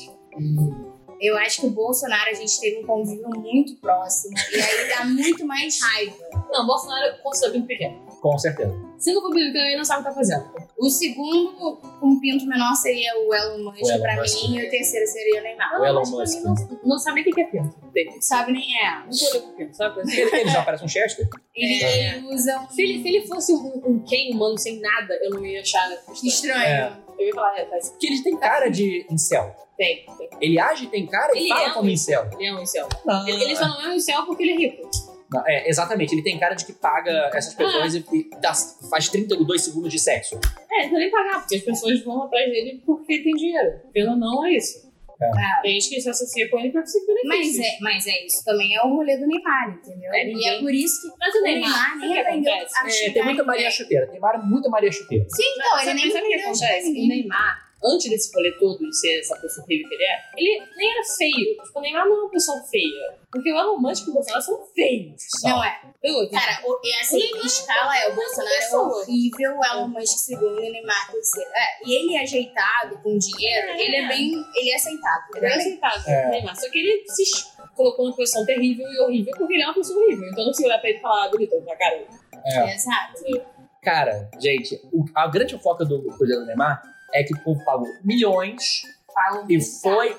C: Eu acho que o Bolsonaro a gente teve um convívio muito próximo. E aí dá muito mais raiva.
B: Não, Bolsonaro com seu pinto pequeno.
A: Com certeza.
B: Se não for pinto pequeno, ele não sabe o que tá fazendo.
C: O segundo com pinto menor seria o Elon Musk
A: O Elon
C: pra
A: Musk.
C: mim. E o terceiro seria o Neymar.
A: O Elon
B: Ah, mas pra
A: Musk.
B: mim, Não, não sabe nem o que é pinto. dele.
C: Não sabe nem é.
B: Não sou eu com pinto, sabe?
A: Ele, ele já parece um Chester?
C: Ele,
B: É.
C: ele usa um
B: Se ele, se ele fosse um, um Ken humano sem nada, eu não ia achar estranho.
C: estranho.
A: É.
B: Eu ia falar, é, faz.
A: Porque ele tem cara de incel.
B: Tem, tem.
A: Ele age, tem cara e
B: Ele
A: fala
B: é um
A: como incel.
B: Ele é um incel.
A: Não.
B: Ele, ele só não é um incel porque ele é rico.
A: Não, é, exatamente, ele tem cara de que paga essas pessoas e, e dá- faz 32 segundos de sexo.
B: É, não nem pagar, porque as pessoas vão atrás dele porque ele tem dinheiro. Pelo não, é isso.
C: Ah,
B: Tem gente que se associa com ele pra conseguir benefícios.
C: Mas é, mas é isso, também é o rolê do Neymar, entendeu?
B: É,
C: e é por isso que
B: Mas o
C: o
B: Neymar,
C: Neymar
B: o que, que
C: nem aprendeu
B: acontece?
C: a
A: É, tem
C: chegar
A: muita
C: em
A: Maria
C: pé.
A: Chuteira, tem mar- muita Maria Chuteira.
C: Sim, então,
B: Sabe-
C: ele nem assim.
B: sabe o que
C: aprendeu a chegar
B: acontece?
C: em
B: O
C: ninguém.
B: Neymar, antes desse rolê todo e ser essa pessoa horrível que ele é, ele nem era feio. Tipo, o Neymar não é uma pessoa feia. Porque o Elon Musk e o Bolsonaro são feios.
C: Não é.
B: Eu-
C: Cara, o, e assim, em escala é o Bolsonaro é
B: pessoa.
C: horrível, o Elon Musk segundo, o Neymar terceiro. É, e ele é ajeitado, com dinheiro,
B: É.
C: ele é bem, ele é aceitável.
B: Ele é aceitável,
A: É.
B: o Neymar. Só que ele se es- colocou numa posição terrível e horrível porque ele é uma pessoa horrível. Então não se olhar pra ele e falar, ah, bonito, pra caramba.
A: É.
C: Exato.
A: Cara, gente, o- a grande foca do coisa do Neymar é que o povo pagou milhões
C: Falam
A: e foi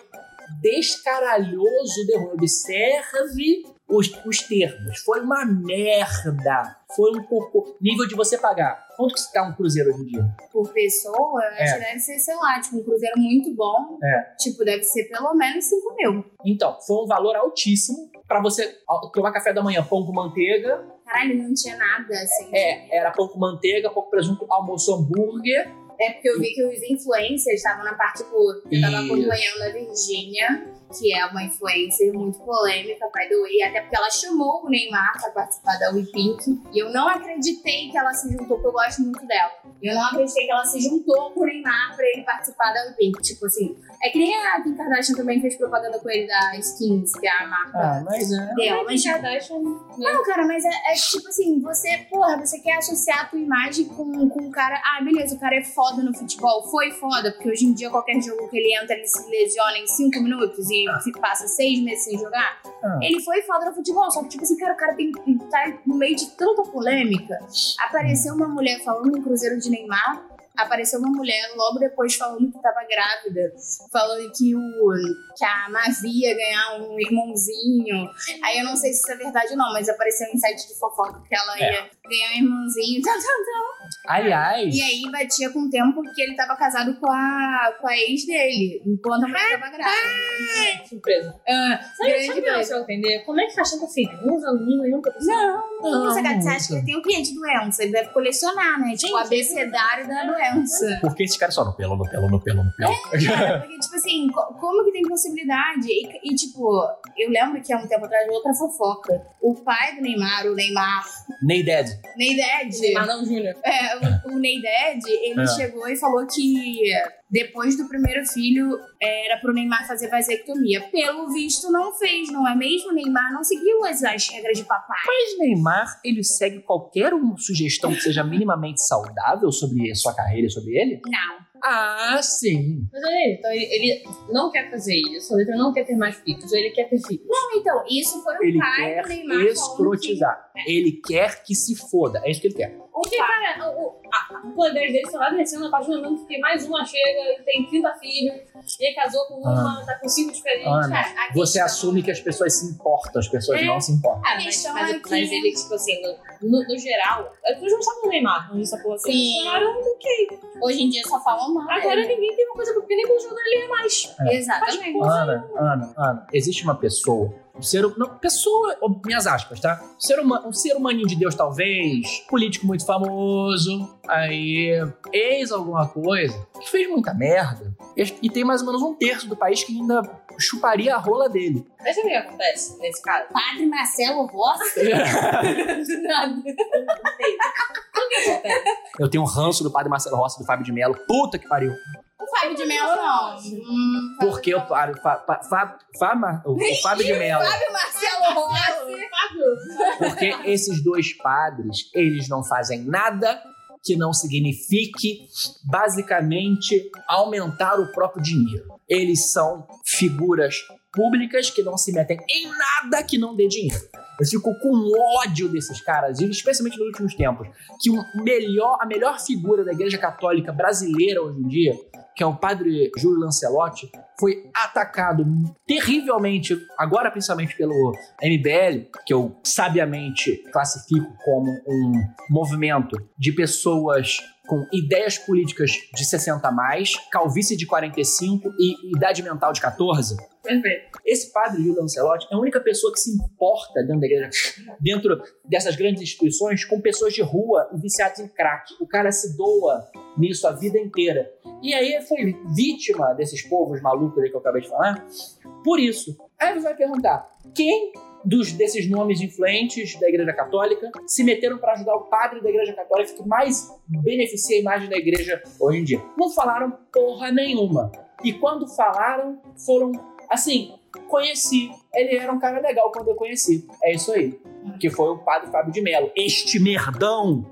A: descaralhoso o derrame. Observe os, os termos. Foi uma merda. Foi um cocô. Nível de você pagar. Quanto que está um cruzeiro hoje em dia?
C: por pessoa, eu acho que deve ser, sei lá, tipo, um cruzeiro muito bom.
A: É.
C: Tipo, deve ser pelo menos 5 mil.
A: Então, foi um valor altíssimo pra você ó, tomar café da manhã, pão com manteiga.
C: Caralho, não tinha nada, assim.
A: É, era pão com manteiga, pão com presunto, almoço hambúrguer.
C: É porque eu vi que os influencers estavam na parte do. Eu tava
A: Isso.
C: acompanhando a Virgínia, que é uma influencer muito polêmica, by the way, até porque ela chamou o Neymar pra participar da WePink. E eu não acreditei que ela se juntou, porque eu gosto muito dela. E eu não acreditei que ela se juntou com o Neymar pra ele participar da WePink. Tipo assim, é que nem a Kim Kardashian também fez propaganda com ele da Skins, que é a marca
A: mas é.
C: dela. Mas, tipo, não, cara, mas é, é tipo assim, você, porra, você quer associar a tua imagem com, com o cara. Ah, beleza, o cara é foda no futebol. Foi foda, porque hoje em dia qualquer jogo que ele entra, ele se lesiona em cinco minutos e fi- passa seis meses sem jogar.
A: Ah.
C: Ele foi foda no futebol, só que tipo assim, cara, o cara tem, tá no meio de tanta polêmica. Apareceu uma mulher falando no Cruzeiro de Neymar. Apareceu uma mulher logo depois falando que tava grávida, falando que, o, que a Mavi ia ganhar um irmãozinho, Aí eu não sei se isso é verdade ou não, mas apareceu um site de fofoca que ela
A: É.
C: ia ganhar um irmãozinho. *laughs* tá, tá, tá.
A: Aliás,
C: E aí batia com o tempo que ele tava casado com a, com a ex dele, enquanto a mulher tava grávida.
B: Surpresa.
C: Ah,
B: Sabe,
C: grande
B: sabe pra
C: coisa.
B: você entender? Como é que faz tanta fake news, alumínio, nunca aconteceu?
C: Não, não, você
A: Não,
C: você acha que ele tem o quê de doença? Ele deve colecionar, né? Tipo, o
B: Gente,
C: abecedário da doença.
A: porque esses caras só no pelo, no pelo, no pelo, no pelo.
C: Cara, porque, tipo assim, co- como que tem possibilidade? E, e, tipo, eu lembro que há um tempo atrás, outra fofoca. O pai do Neymar, o Neymar,
A: Ney Dead.
C: Ney Dead,
B: Neymar não, Júnior.
C: É, o, o Ney Dead, ele
A: É.
C: chegou e falou que depois do primeiro filho é, era pro Neymar fazer vasectomia. Pelo visto, não fez, não é mesmo? O Neymar não seguiu as, as regras de papai.
A: Mas Neymar, ele segue qualquer um- sugestão que seja minimamente saudável sobre a sua carreira e sobre ele?
C: Não.
A: Ah, sim.
B: Mas olha ele, então ele, ele não quer fazer isso, ele não quer ter mais filhos, ele quer ter filhos.
C: Não, então, isso foi o
A: Ele
C: pai
A: quer
C: do Neymar. falando que-
A: escrotizar. Ele quer que se foda. É isso que ele quer.
C: O
B: Porque,
C: pai-
B: cara, o, o- a, a- o poder dele só vai crescendo a partir do momento que mais uma chega e tem 30 filhos, e ele casou com uma, tá com cinco diferentes.
A: Ana,
B: cara.
C: a
A: Você
C: questão-
A: assume que as pessoas se importam, as pessoas
B: É.
A: não se importam.
B: Ah,
C: A
B: mas,
C: questão
B: mas,
C: é que-
B: mas ele, tipo assim, no, no, no geral, é que hoje não sabe o Neymar, não essa porra assim.
C: Sim.
B: Claro, ok.
C: Hoje em dia só falam mal.
B: Agora
C: né?
B: ninguém tem uma coisa, porque nem com o jogo ele é mais.
A: é.
C: Exatamente.
A: Ana, Ana, Ana, existe uma pessoa, um ser hum- não, pessoa, oh, minhas aspas, tá? Um ser, huma- um ser humaninho de Deus, talvez, político muito famoso, aí, ex alguma coisa, que fez muita merda, e, e tem mais ou menos um terço do país que ainda chuparia a rola dele.
B: Mas sabe o que acontece nesse caso?
C: Padre Marcelo Rossi? Do nada.
A: *laughs* Eu tenho um ranço do padre Marcelo Rossi, do Fábio de Mello, puta que pariu.
C: O Fábio de Mello, não. Hum,
A: Porque o, Fábio- Fá- Fá- Fá- Fá- o- o Fábio de Mello
C: Fábio Marcelo Rossi.
A: Porque esses dois padres, eles não fazem nada que não signifique basicamente aumentar o próprio dinheiro. Eles são figuras públicas que não se metem em nada que não dê dinheiro. Eu fico com ódio desses caras, e especialmente nos últimos tempos, que o melhor, a melhor figura da Igreja Católica brasileira hoje em dia, que é o padre Júlio Lancelotti, foi atacado terrivelmente, agora principalmente pelo MBL, que eu sabiamente classifico como um movimento de pessoas com ideias políticas de 60 a mais, calvície de 45 e idade mental de 14,
B: Perfeito.
A: Esse padre Júlio Lancelotti é a única pessoa que se importa dentro da igreja, dentro dessas grandes instituições, com pessoas de rua e viciados em crack. O cara se doa nisso a vida inteira. E aí foi vítima desses povos malucos aí que eu acabei de falar. Por isso, aí você vai perguntar: quem dos desses nomes influentes da Igreja Católica se meteram para ajudar o padre da Igreja Católica que mais beneficia a imagem da Igreja hoje em dia? Não falaram porra nenhuma. E quando falaram, foram assim, conheci. Ele era um cara legal quando eu conheci. É isso aí. Que foi o padre Fábio de Mello. Este merdão!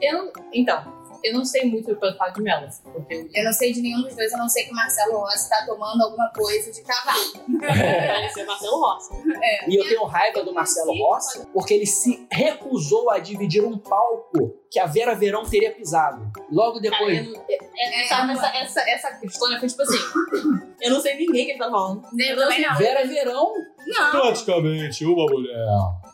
B: Eu não- então, eu não sei muito pelo fato de Melo. Porque eu-
C: Eu não sei de nenhum dos dois, eu não sei que o Marcelo Rossi tá tomando alguma coisa de cavalo.
B: É. pareceu Marcelo Rossi.
A: É, E eu tenho raiva do Marcelo Rossi porque ele se recusou a dividir um palco que a Vera Verão teria pisado. Logo
B: Cara,
A: depois.
B: eu não- é- é- essa, essa, essa, essa história foi tipo assim. *coughs* Eu não sei ninguém que ele tá falando.
C: Eu
B: não
C: também
B: sei.
C: não.
A: Vera Verão,
C: Não.
D: Praticamente uma mulher.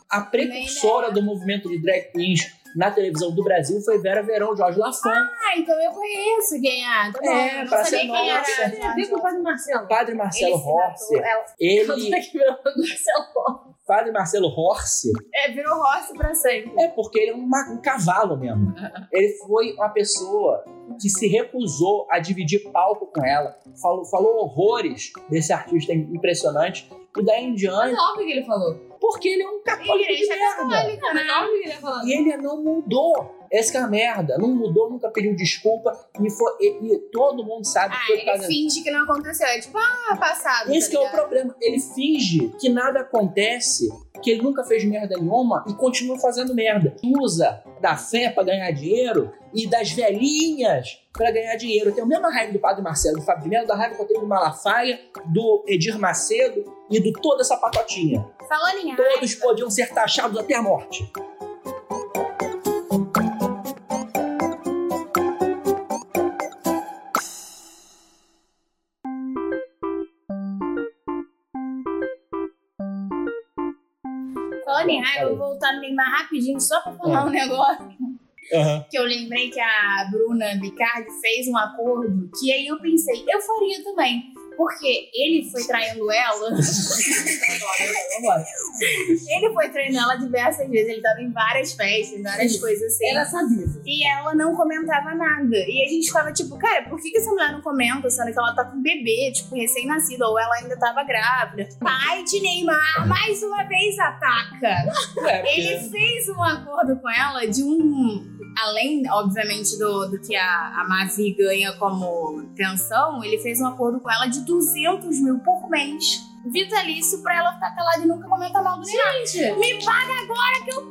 A: a precursora do movimento de drag queens na televisão do Brasil foi Vera Verão, Jorge Lafon.
C: Ah, então eu conheço quem é. Tá bom,
A: É,
C: não
A: pra
C: sabia
A: ser
C: quem era.
A: nossa.
C: Jorge Lafon.
B: padre Marcelo.
A: Padre Marcelo
C: Ele se matou. É,
A: Rossi.
C: Ela-
A: Ele,
B: Marcelo Rossi.
A: Padre Marcelo Rossi,
C: É, virou Rossi pra sempre.
A: É porque ele é um, ma- um cavalo mesmo. Ele foi uma pessoa que se recusou a dividir palco com ela. Falou, falou horrores desse artista impressionante. E daí em diante,
B: Mas é óbvio que ele falou.
A: porque ele é um católico de
C: Igreja
A: merda.
C: católica,
B: Mas
C: né?
B: é óbvio que ele falou.
A: E ele não mudou. Essa que é a merda. Não mudou, nunca pediu desculpa. E, foi, e- e todo mundo sabe que
C: Ah,
A: foi por
C: ele
A: causa
C: finge que não aconteceu. É tipo, ah, passado.
A: Esse
C: tá
A: que é o
C: ligado?
A: problema. Ele finge que nada acontece, que ele nunca fez merda nenhuma e continua fazendo merda. Usa da fé pra ganhar dinheiro e das velhinhas pra ganhar dinheiro. Eu tenho a mesma raiva do Padre Marcelo, do Fábio de Mello, da raiva que eu tenho do Malafaia, do Edir Macedo e do toda essa pacotinha.
C: Falando em raiva,
A: Todos podiam ser taxados até a morte.
C: falando em raiva, Ah, eu vou voltar no Neymar rapidinho só pra
A: Ah.
C: falar um negócio. Que eu lembrei que a Bruna Bicardi fez um acordo que aí eu pensei, eu faria também. Porque ele foi traindo ela.
A: Vambora.
C: Ele foi traindo ela diversas vezes. Ele tava em várias festas, várias coisas assim.
B: Ela sabia.
C: E ela não comentava nada. E a gente ficava tipo, cara, por que, que essa mulher não comenta, sendo que ela tá com bebê, tipo, recém-nascido, ou ela ainda tava grávida? Pai de Neymar, mais uma vez ataca.
A: Ué, É, porque-
C: Ele fez um acordo com ela de um. Além, obviamente, do, do que a, a Mavi ganha como pensão, ele fez um acordo com ela de 200 mil por mês. Vitalício pra ela ficar calada e nunca comentar mal do Neymar.
B: Gente,
C: Me paga agora que eu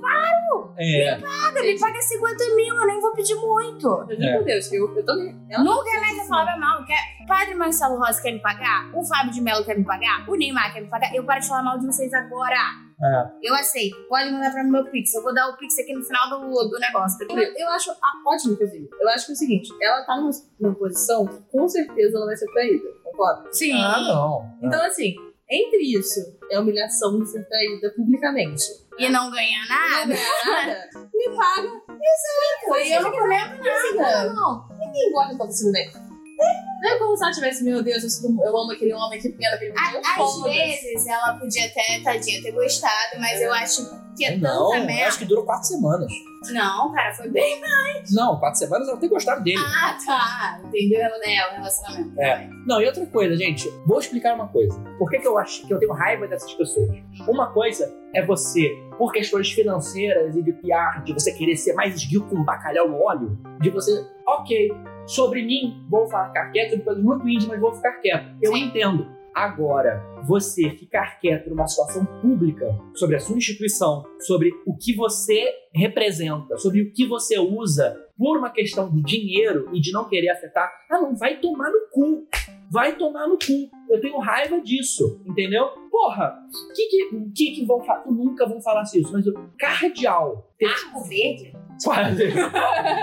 A: É,
C: pago, me paga 50 mil, eu nem vou pedir muito.
B: meu Deus, eu, eu tô. Ela
C: Nunca mais eu falava mal. Quer... Padre Marcelo Rossi quer me pagar? O Fábio de Mello quer me pagar? O Neymar quer me pagar? Eu paro de falar mal de vocês agora.
A: é.
C: Eu aceito. Pode mandar pra mim meu pix. Eu vou dar o pix aqui no final do, do negócio. tá
B: Eu, eu acho a- ótimo, inclusive. Eu acho que é o seguinte: ela tá numa, numa posição que com certeza ela vai ser traída, concorda?
C: Sim.
A: Ah, não.
B: Então, assim, entre isso é humilhação de ser traída publicamente.
C: E não ganhar
B: Não
C: Ah, nada.
B: ganha nada, me paga. Assim,
C: Foi eu não comento nada.
B: Não, não. Ninguém gosta de patrocínio dele. Não é como se ela tivesse, meu Deus, eu, sou- eu amo aquele homem que é, pena aquele
C: À-
B: homem.
C: Às vezes ela podia até, tadinha, ter gostado, mas eu acho que é
A: Não,
C: tanta merda.
A: acho que durou quatro semanas.
C: Não, cara, foi bem. *laughs*
A: Não, quatro semanas ela tem gostado dele.
C: Ah, tá. Entendeu? É, o relacionamento.
A: É. Não, e outra coisa, gente, vou explicar uma coisa. Por que, que eu acho que eu tenho raiva dessas pessoas? Uma coisa é você, por questões financeiras e de PR, de você querer ser mais esguio com um bacalhau no óleo, de você, ok, sobre mim vou ficar quieto, sobre coisas muito íntimas vou ficar quieto. Eu
C: Sim.
A: entendo. Agora, você ficar quieto numa situação pública sobre a sua instituição, sobre o que você representa, sobre o que você usa, por uma questão de dinheiro e de não querer afetar, ah, não, vai tomar no cu. Vai tomar no cu. Eu tenho raiva disso, entendeu? Porra, o que que, que que vão falar? Nunca vão falar isso, mas o cardeal. Ter...
C: É. Arco verde? *laughs*
A: Quase.
C: É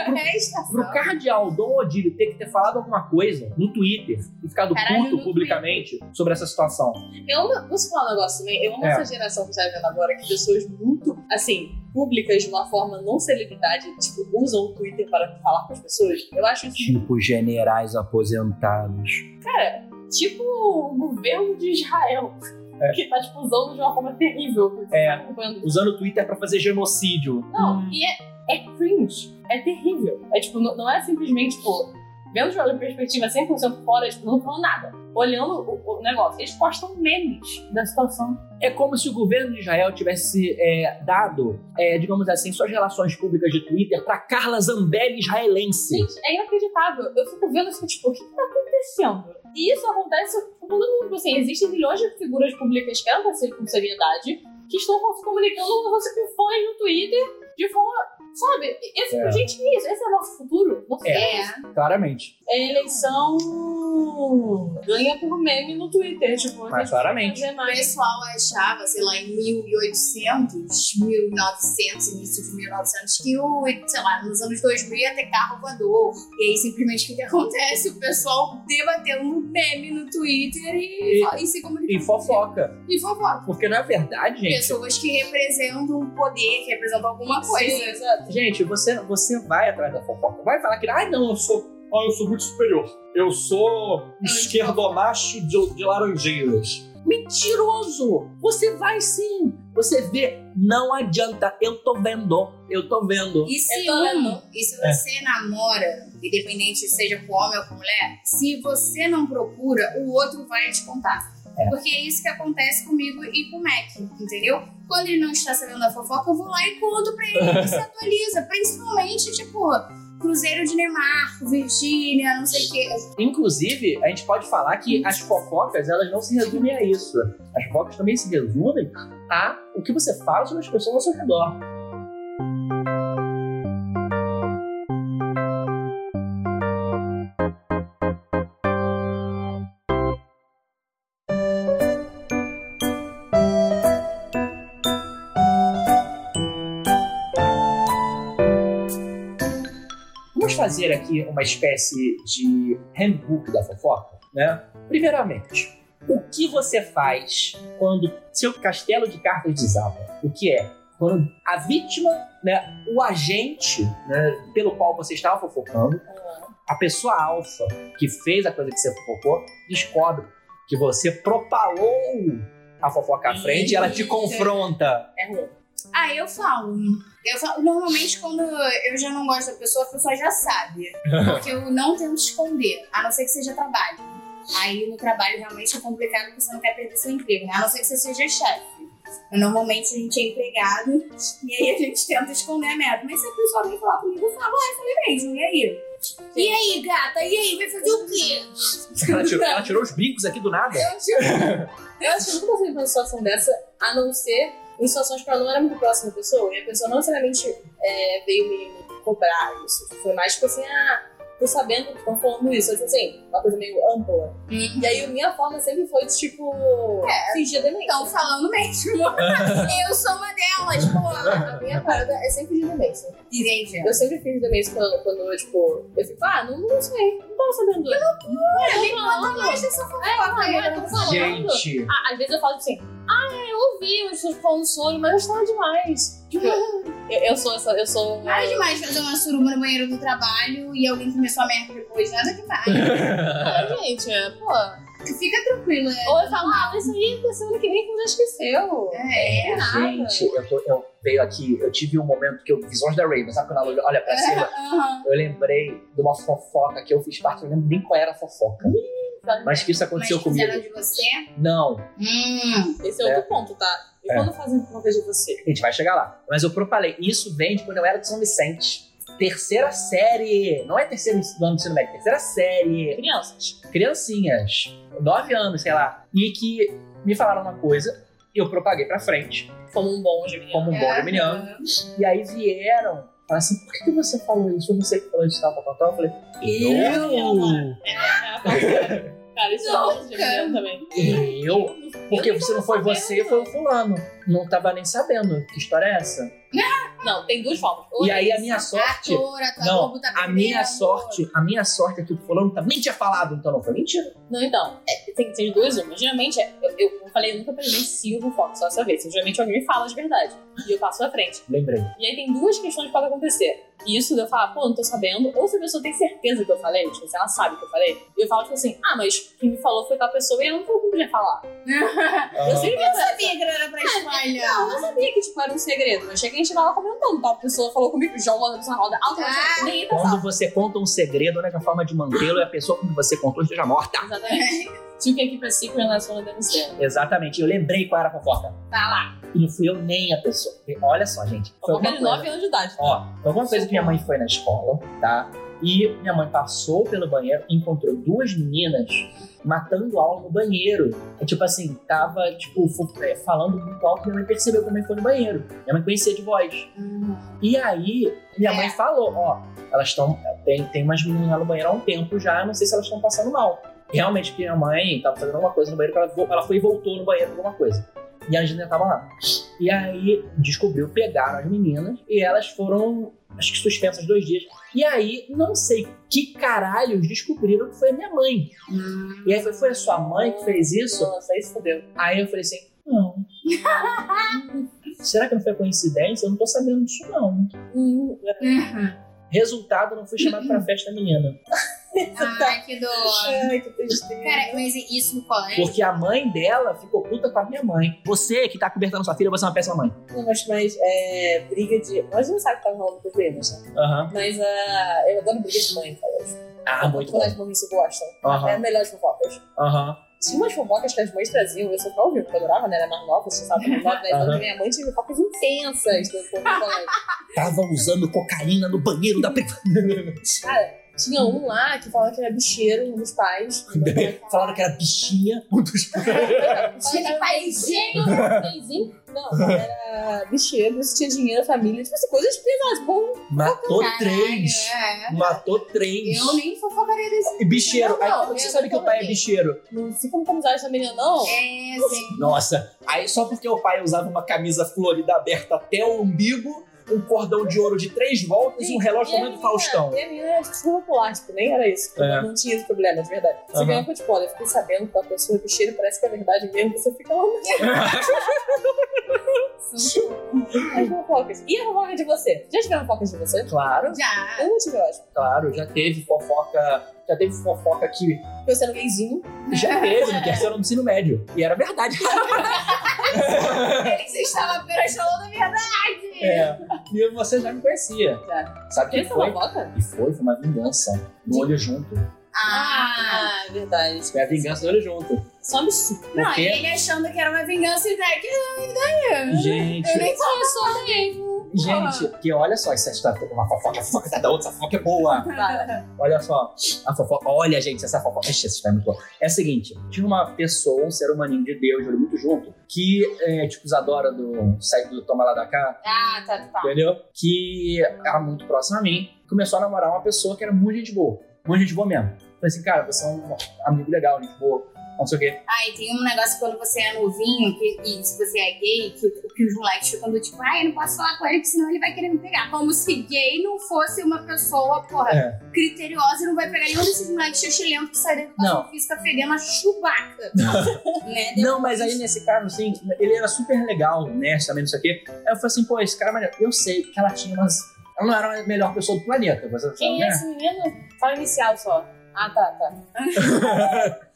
A: Pro
C: estação.
A: cardeal Dom Odílio ter que ter falado alguma coisa no Twitter e ficado
C: Caralho, no
A: puto publicamente sobre essa situação.
B: Eu amo, posso falar um negócio também? Eu amo
A: É.
B: essa geração que tá vendo agora, que pessoas muito, assim, públicas de uma forma não celebridade, tipo, usam o Twitter para falar com as pessoas. Eu acho isso.
A: Tipo generais aposentados.
B: Cara, tipo o governo de Israel,
A: É.
B: que tá tipo, usando de uma forma terrível. porque
A: É.
B: tá roubando.
A: Usando o Twitter pra fazer genocídio.
B: Não,
C: Hum.
B: e é, é cringe. É terrível. É tipo, não, não é simplesmente, tipo, vendo de uma perspectiva 100% fora, tipo, não falando nada. Olhando o, o negócio. Eles postam memes da situação.
A: É como se o governo de Israel tivesse é, dado, é, digamos assim, suas relações públicas de Twitter pra Carla Zambelli israelense.
B: Gente, é inacreditável. Eu fico vendo isso, tipo, o que que tá acontecendo? E isso acontece com todo mundo. Tipo Assim, existem milhões de figuras públicas que eram pra ser com seriedade, que estão se comunicando com você com fãs no Twitter, de forma... Sabe? Esse,
A: É.
B: Gente, que isso? Esse é o nosso futuro? Nosso
C: É.
A: Claramente.
B: é eleição ganha por meme no Twitter, tipo, a
A: Mas
B: gente vai
A: claramente.
B: fazer
C: O
B: mais.
C: pessoal achava, sei lá, em 1800, 1900, início de 1900, que o, sei lá, nos anos 2000 ia ter carro voador. E aí, simplesmente, o que que acontece? O pessoal debatendo um meme no Twitter e, e, se
A: E
C: comunicando.
A: fofoca.
C: E fofoca.
A: Porque na verdade, gente.
C: Pessoas que representam o poder, que representam alguma coisa.
B: Sim, exato.
A: Gente, você, você vai atrás da fofoca. Vai falar que, ai, não, eu sou
D: Ah, eu sou muito superior. Eu sou esquerdomacho de, de Laranjeiras.
A: Mentiroso! Você vai sim! Você vê, não adianta. Eu tô vendo, eu tô vendo.
C: E se,
B: É
C: um,
B: tolerante.
C: e se você namora, independente se seja com homem ou com mulher, se você não procura, o outro vai te contar.
A: É.
C: Porque é isso que acontece comigo e com o Mac, entendeu? Quando ele não está sabendo da fofoca, eu vou lá e conto pra
B: *laughs*
C: ele que se atualiza. Principalmente, tipo, Cruzeiro de Neymar, Virgínia, não sei o quê.
A: Inclusive, a gente pode falar que as fofocas, elas não se resumem a isso. As fofocas também se resumem a o que você fala sobre as pessoas ao seu redor. Vamos fazer aqui uma espécie de handbook da fofoca, né? Primeiramente, o que você faz quando seu castelo de cartas desaba? O que é? Quando a vítima, né, o agente né, pelo qual você estava fofocando, a pessoa alfa que fez a coisa que você fofocou, descobre que você propalou a fofoca à frente e ela te
C: Eita.
A: confronta.
B: É ruim.
C: Ah, eu falo. Eu falo. Normalmente, quando eu já não gosto da pessoa, a pessoa já sabe. Porque eu não tento esconder, a não ser que seja trabalho. Aí no trabalho realmente é complicado porque você não quer perder seu emprego, né? A não ser que você seja chefe. Normalmente a gente é empregado e aí a gente tenta esconder a merda. Mas se a pessoa vem falar comigo, eu falo, ah, eu falei mesmo, e aí? E aí, gata? E aí, vai fazer o quê?
A: Ela tirou, ela tirou os brincos aqui do nada.
B: Eu acho, eu acho que eu nunca passei por uma situação dessa, a não ser em situações que ela não era muito próxima da pessoa, e a pessoa não necessariamente é, veio me cobrar isso. Foi mais tipo assim, ah, tô sabendo que estão falando isso, Eu, tipo assim, uma coisa meio ampla. E aí a minha forma sempre foi de tipo,
C: É.
B: fingir demência.
C: Estão então, falando mesmo. *laughs*
B: Tá
A: *laughs*
C: eu sou uma delas, porra.
B: a minha parada é sempre fingir demência.
C: Entende?
B: Eu sempre fiz também isso quando, quando eu, tipo, eu fico, ah, não, não sei, não tava sabendo. Eu
C: Olha, É, me
B: não,
C: conta
B: não.
C: mais dessa fofoca.
B: agora eu tô falando.
A: Gente,
B: Ah, às vezes eu falo assim, ah, eu ouvi os seus falando sobre, mas eu estava demais. Tipo, eu, eu sou essa, eu sou.
C: Nada demais fazer uma suruba no banheiro do trabalho e alguém começou a merda depois.
A: *laughs*
C: Nada demais.
B: Ah, gente, *laughs* é, pô.
C: Fica tranquila.
B: Ou eu falo, ah, mas isso aí é semana que vem que já esqueceu.
C: É.
B: Nada.
A: gente, eu, tô, eu veio aqui, eu tive um momento que eu. Visões da Raven, sabe quando ela olha
C: É.
A: pra cima?
C: Aham.
A: Eu lembrei de uma fofoca que eu fiz parte, eu não lembro nem qual era a fofoca. Mas que isso
C: Uhum. Mas
A: aconteceu comigo.
C: fizeram de você?
A: Não,
C: Hum.
B: Esse é outro ponto, tá? E
A: É.
B: quando fazem conta de você?
A: a gente vai chegar lá. Mas eu propalei. E Isso vem de quando eu era de São Vicente. Terceira série. Não é terceiro ano do ensino médio, terceira série.
B: Crianças.
A: Criancinhas. Nove anos, sei lá. E que me falaram uma coisa. e Eu propaguei pra frente,
B: Como um bom de
A: como um bom
C: É.
A: geminiano. E aí vieram, falaram assim: por que que você falou isso? Eu não sei que falou isso, tal, tal, tal. Eu falei: eu?
B: Cara, isso é
C: Não,
B: um bom de
C: cara.
B: também.
A: Eu? Porque
B: Eu
A: você
B: não
A: não foi
B: sabendo.
A: você, foi o fulano. não tava nem sabendo que história é essa.
B: Não, tem duas formas. Ou
A: E
B: é
A: aí a minha sorte.
C: Ator, ator,
A: Não,
C: Globo tá
A: A
C: perdendo.
A: minha sorte, a minha sorte é que o fulano também tinha falado, então não foi mentira.
B: Não, então, é, tem, tem duas uma. Geralmente, é, eu, eu como eu falei, eu nunca presencio no foco, só essa vez. Geralmente alguém me fala de verdade. E eu passo à frente.
A: Lembrei.
B: E aí tem duas questões que podem acontecer. E isso de eu falar, pô, não tô sabendo. Ou se a pessoa tem certeza que eu falei, tipo, se ela sabe que eu falei. E eu falo, tipo assim, ah, mas quem me falou foi tal pessoa e eu não podia falar. Ah, Eu sempre
C: Eu sabia que não era pra
A: *laughs*
C: espalhar.
B: Não, eu sabia que, tipo, era um segredo. Eu cheguei e a gente tava comentando, tal pessoa falou comigo, joga a pessoa na roda, automaticamente, nem entra
A: Quando você conta um segredo, a única forma de mantê-lo é a pessoa com que você contou esteja morta.
B: Exatamente. Tive que assim ir aqui pra Secret National Denunciando.
A: Exatamente. Eu lembrei qual era a fofoca.
B: Tá lá.
A: E não fui eu nem a pessoa. E Olha só, gente. Foi
B: Eu
A: alguma
B: de
A: coisa.
B: 9 anos de idade.
A: Ó, foi alguma coisa que minha mãe foi na escola, tá? E minha mãe passou pelo banheiro, encontrou duas meninas matando aula no banheiro. É tipo assim, tava, tipo, fu- é, falando muito alto, minha mãe percebeu que minha mãe foi no banheiro. Minha mãe conhecia de voz. E aí, minha
C: É.
A: mãe falou, ó, elas estão. Tem, tem umas meninas lá no banheiro há um tempo já, eu não sei se elas estão passando mal. Realmente, porque minha mãe tava fazendo alguma coisa no banheiro, que ela, vo- ela foi e voltou no banheiro com alguma coisa. E a gente ainda tava lá. E aí, descobriu, pegaram as meninas e elas foram, acho que suspensas dois dias. E aí, não sei que caralhos descobriram que foi a minha mãe. E aí, foi, foi a sua mãe que fez isso?
B: Hum. Nossa, aí se fodeu.
A: Aí eu falei assim,
B: *laughs*
A: não. Será que não foi coincidência? Eu não tô sabendo disso, não.
C: Uhum.
A: Resultado, não fui chamado
B: *laughs*
A: pra festa da menina.
C: Ai, que dor.
B: Ai, que tristeza.
C: Cara, mas é isso no colégio?
A: Porque a mãe dela ficou puta com a minha mãe. Você que tá cobertando sua filha, você é uma péssima mãe.
B: Não, mas, mas é, briga de. Nós não sabe o que tá rolando com os meninos, né?
A: Aham.
B: Mas ah, eu adoro briga de mãe, cara.
A: Ah, muito
B: Quando
A: bom.
B: as mães se gostam.
A: Aham.
B: É a melhor das fofocas.
A: Aham.
B: Tinha umas fofocas que as mães traziam, eu só ficava ouvindo, porque eu adorava, né? Era mais nova, você sabe, com 9, 10 anos,
A: Aham.
B: minha mãe tinha fofocas intensas né? do povo do colégio.
A: Tava usando cocaína no banheiro da prefeitura.
B: Cara, tinha um lá que falava que era bicheiro, um dos pais.
A: *laughs* Falaram que era bichinha. Um dos- *laughs*
C: Ele faz
B: Gente, paizinho? Não, era bicheiro, se tinha dinheiro, família, tipo assim, coisas pesadas, bom.
A: Matou
C: Caralho,
A: três.
C: é.
A: Matou três.
C: Eu nem fofocaria desse.
A: E bicheiro.
B: Não,
A: Aí,
B: não,
A: como você
B: eu
A: sabe que o pai é
B: também.
A: bicheiro?
B: Não fica muito amizade da menina, não.
C: É, sim.
A: Nossa, aí só porque o pai usava uma camisa florida aberta até o umbigo, um cordão de ouro de três voltas e um relógio
B: E a
A: tamanho do
B: menina-
A: Faustão.
B: E a menina era super popular, tipo, nem era isso.
A: É.
B: Não tinha esse problema, de verdade. Você
A: Aham.
B: ganha com tipo, olha, eu fiquei sabendo que a pessoa é bicheiro, parece que é verdade mesmo, você fica lá né? *laughs* as fofocas. E a fofoca de você? Já tiveram fofocas de você?
A: Claro,
C: Já.
B: Eu não tive, eu acho.
A: claro, já teve fofoca. Já teve fofoca que
B: Porque eu sendo gayzinho.
A: já é teve no terceiro ano do ensino médio. E era verdade.
C: Ele se estava apenas falando a verdade.
A: É. E você já me conhecia.
B: Já.
A: Sabe quem
B: Essa é
A: foi?
B: fofoca?
A: E foi, foi uma vingança. Do olho junto.
C: Ah.
B: Ah, é verdade.
A: Foi a vingança do olho junto.
B: Só um absurdo.
C: Não,
A: Porque-
C: e ele achando que era uma vingança e daí que não, daí.
A: Gente,
C: Eu nem tava sorrindo.
A: gente, porque olha só, isso é história- uma fofoca, a fofoca tá da outra, essa fofoca é boa.
B: Para.
A: Olha só, a fofoca. Olha, gente, essa fofoca. Ixi, essa história é muito boa. É o seguinte: tinha uma pessoa, um ser humaninho de Deus, de olho muito junto, que é tipo Isadora do site do Toma Lá da Cá,
C: Ah, tá, tá.
A: entendeu? Que era muito próxima a mim. Começou a namorar uma pessoa que era muito gente boa. Muito gente boa mesmo. Falei assim, cara, você é um amigo legal, gente boa, não sei o quê.
C: Ah, e tem um negócio quando você é novinho que- e se você é gay, que, que os moleques ficam do tipo, ah, eu não posso falar com ele, porque senão ele vai querer me pegar. Como se gay não fosse uma pessoa, porra,
A: É.
C: criteriosa e não vai pegar nenhum desses moleques xoxilento que sai da educação física fedendo a chubaca. né?
A: Não, mas aí nesse caso, assim, ele era super legal, né? Também não sei o quê. Aí eu falei assim, pô, esse cara é maneiro. Eu sei que ela tinha umas. Ela não era a melhor pessoa do planeta. Você
B: Quem
A: né?
B: é esse menino? Fala inicial só. Ah, tá, tá.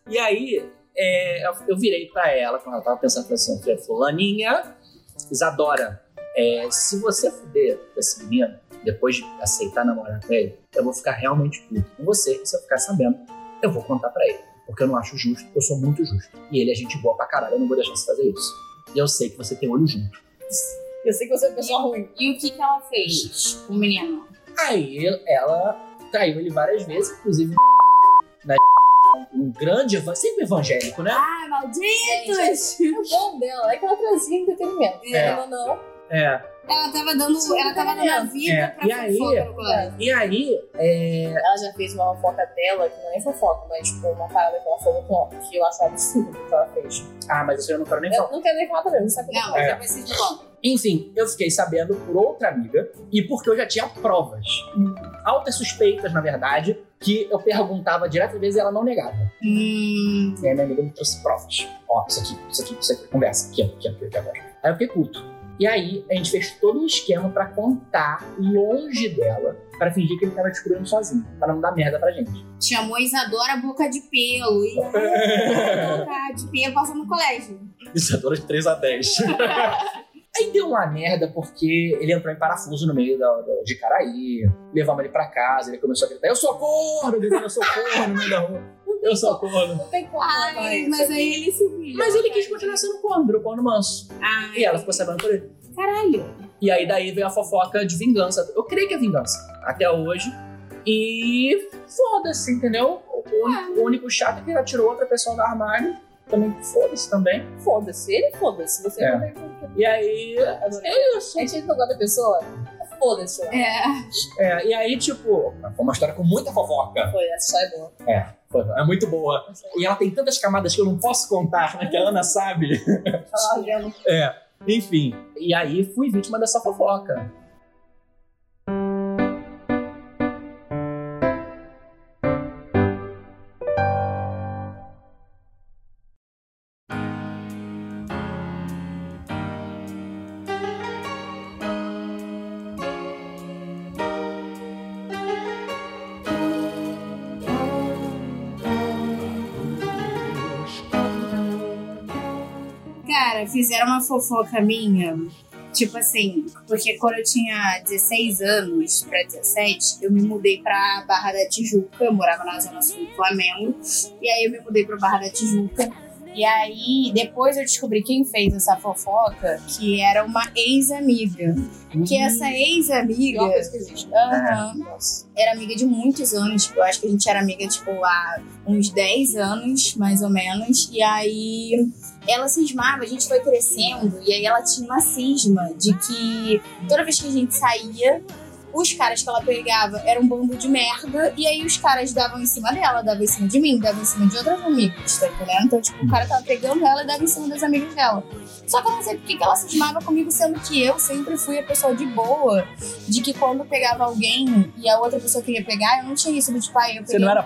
A: E aí, é, eu- eu virei pra ela, quando ela tava pensando, falei assim, falei, fulaninha, Isadora, é, se você fuder com esse menino, depois de aceitar namorar com ele, eu vou ficar realmente puto com você, e se eu ficar sabendo, eu vou contar pra ele. Porque eu não acho justo, eu sou muito justo. E ele é gente boa pra caralho, eu não vou deixar você fazer isso. E eu sei que você tem olho junto.
B: Eu sei que você é uma pessoa ruim.
C: E o que, que ela fez, o menino?
A: Aí ela traiu ele várias vezes, inclusive na um grande, eva- sempre evangélico, né?
C: Ah, malditos!
B: O bom dela é que ela trazia entretenimento.
A: É.
B: Ela não,
A: É.
C: Ela tava dando, ela tava dando a vida
A: É,
C: pra
A: e aí-
C: fofoca no colégio.
A: E aí, é,
E: Ela já fez uma fofoca dela, que não é nem fofoca, mas tipo, uma parada que ela falou com que eu acho um absurdo que ela fez.
A: Ah, mas isso eu não quero nem falar.
E: Eu não quero nem falar também, não sabe o que
C: Não,
E: falar.
A: É.
C: depois vocês contam.
A: Enfim, eu fiquei sabendo por outra amiga e porque eu já tinha provas. hum, Altas suspeitas, na verdade, que eu perguntava direto às vezes e ela não negava.
C: Hum,
A: E aí minha amiga me trouxe provas. Ó, isso aqui, isso aqui, isso aqui, conversa. Aqui, ó, aqui, ó, aqui, ó, aqui, ó. Aí eu fiquei puto. E aí a gente fez todo um esquema pra contar longe dela, pra fingir que ele tava descobrindo sozinho, pra não dar merda pra gente.
C: chamou Isadora boca de pelo. E
A: É.
C: aí, boca de pelo passou no colégio.
A: Isadora de 3 a 10. *laughs* Aí deu uma merda porque ele entrou em parafuso no meio da, da- de Caraí, levamos ele pra casa, ele começou a gritar: Eu sou corno! Gritando, eu sou corno no meio da rua. Eu sou corno.
E: Não tem como. falar
C: Ai,
E: isso
C: mas
E: aqui.
C: aí ele se viu.
A: Mas ele quis continuar sendo corno, virou corno manso.
C: Ai,
A: E ela ficou sabendo por ele.
C: caralho.
A: E aí daí veio a fofoca de vingança. Eu creio que é vingança. Até hoje. E foda-se, entendeu? O único, o único chato é que ela tirou outra pessoa do armário. Também foda-se também.
E: Foda-se, ele foda-se. Você
A: É.
E: não tem como.
A: E aí. É isso.
E: A gente não gosta da pessoa? Foda-se. né?
C: É,
A: É, e aí, tipo, foi uma história com muita fofoca.
E: Foi, essa história é boa.
A: Foi- É muito boa. E ela tem tantas camadas que eu não posso contar, né? Que a Ana sabe.
C: é
E: Falar dela.
A: Enfim. E aí fui vítima dessa fofoca.
C: cara, fizeram uma fofoca minha. Tipo assim, porque quando eu tinha 16 anos pra 17, eu me mudei pra Barra da Tijuca. Eu morava na Zona Sul do Flamengo. E aí eu me mudei pra Barra da Tijuca. E aí, depois eu descobri quem fez essa fofoca, que era uma ex-amiga. Que essa ex-amiga.
E: Pior coisa que existe. é
C: Aham. Era amiga de muitos anos, tipo, eu acho que a gente era amiga, tipo, há uns 10 anos, mais ou menos. E aí ela cismava, a gente foi crescendo, e aí ela tinha uma cisma de que toda vez que a gente saía, os caras que ela pegava eram um bando de merda, e aí os caras davam em cima dela, davam em cima de mim, davam em cima de outras amigas, tá entendendo? Então, tipo, o cara tava pegando ela e dava em cima das amigas dela. Só que eu não sei por que que ela cismava comigo, sendo que eu sempre fui a pessoa de boa de que quando eu pegava alguém e a outra pessoa queria pegar, eu não tinha isso do tipo, ah, eu peguei um cara.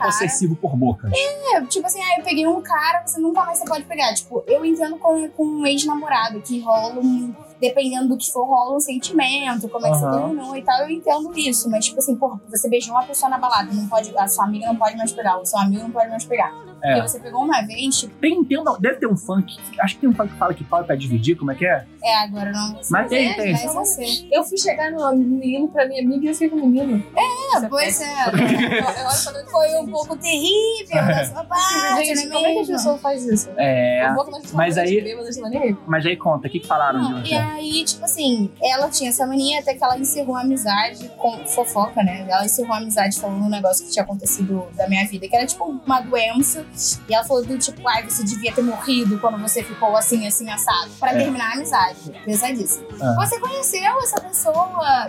D: por boca.
C: É, tipo assim, ah, eu peguei um cara, você nunca mais você pode pegar. Tipo, eu entendo com, com um ex-namorado, que rola um. Dependendo do que for, rola um sentimento, como é que você
A: Aham.
C: terminou e tal, eu entendo isso. Mas, tipo assim, porra, você beijou uma pessoa na balada, não pode, a sua amiga não pode mais pegar, o seu amigo não pode mais pegar.
A: É.
C: Porque você pegou uma vez, tipo,
A: Tem, tem uma- deve ter um funk. Acho que tem um funk que fala que pau é pra dividir, como é que é?
C: é, agora não. você
A: Mas tem,
C: é,
A: tem.
C: Mas você.
E: Eu fui chegar no menino pra minha amiga e eu fiquei com o menino.
C: É, pois é.
E: Eu olho pra
C: Foi um pouco terrível
A: *laughs*
C: da sua parte,
E: Gente,
C: não
E: como é que a
C: mesmo?
E: pessoa faz isso?
A: É.
E: Eu vou falar de
A: mas
E: uma
A: aí-
E: coisa de bêbada, de maneira.
A: Mas aí conta, o que, que falaram de
C: Não,
A: você?
C: e aí, tipo assim, ela tinha essa mania até que ela encerrou a amizade com fofoca, né? Ela encerrou a amizade falando um negócio que tinha acontecido da minha vida, que era tipo uma doença. E ela falou do tipo, ai, você devia ter morrido quando você ficou assim, assim, assado. Pra
A: É.
C: terminar a amizade. Pensa disso.
A: Ah.
C: Você conheceu essa pessoa.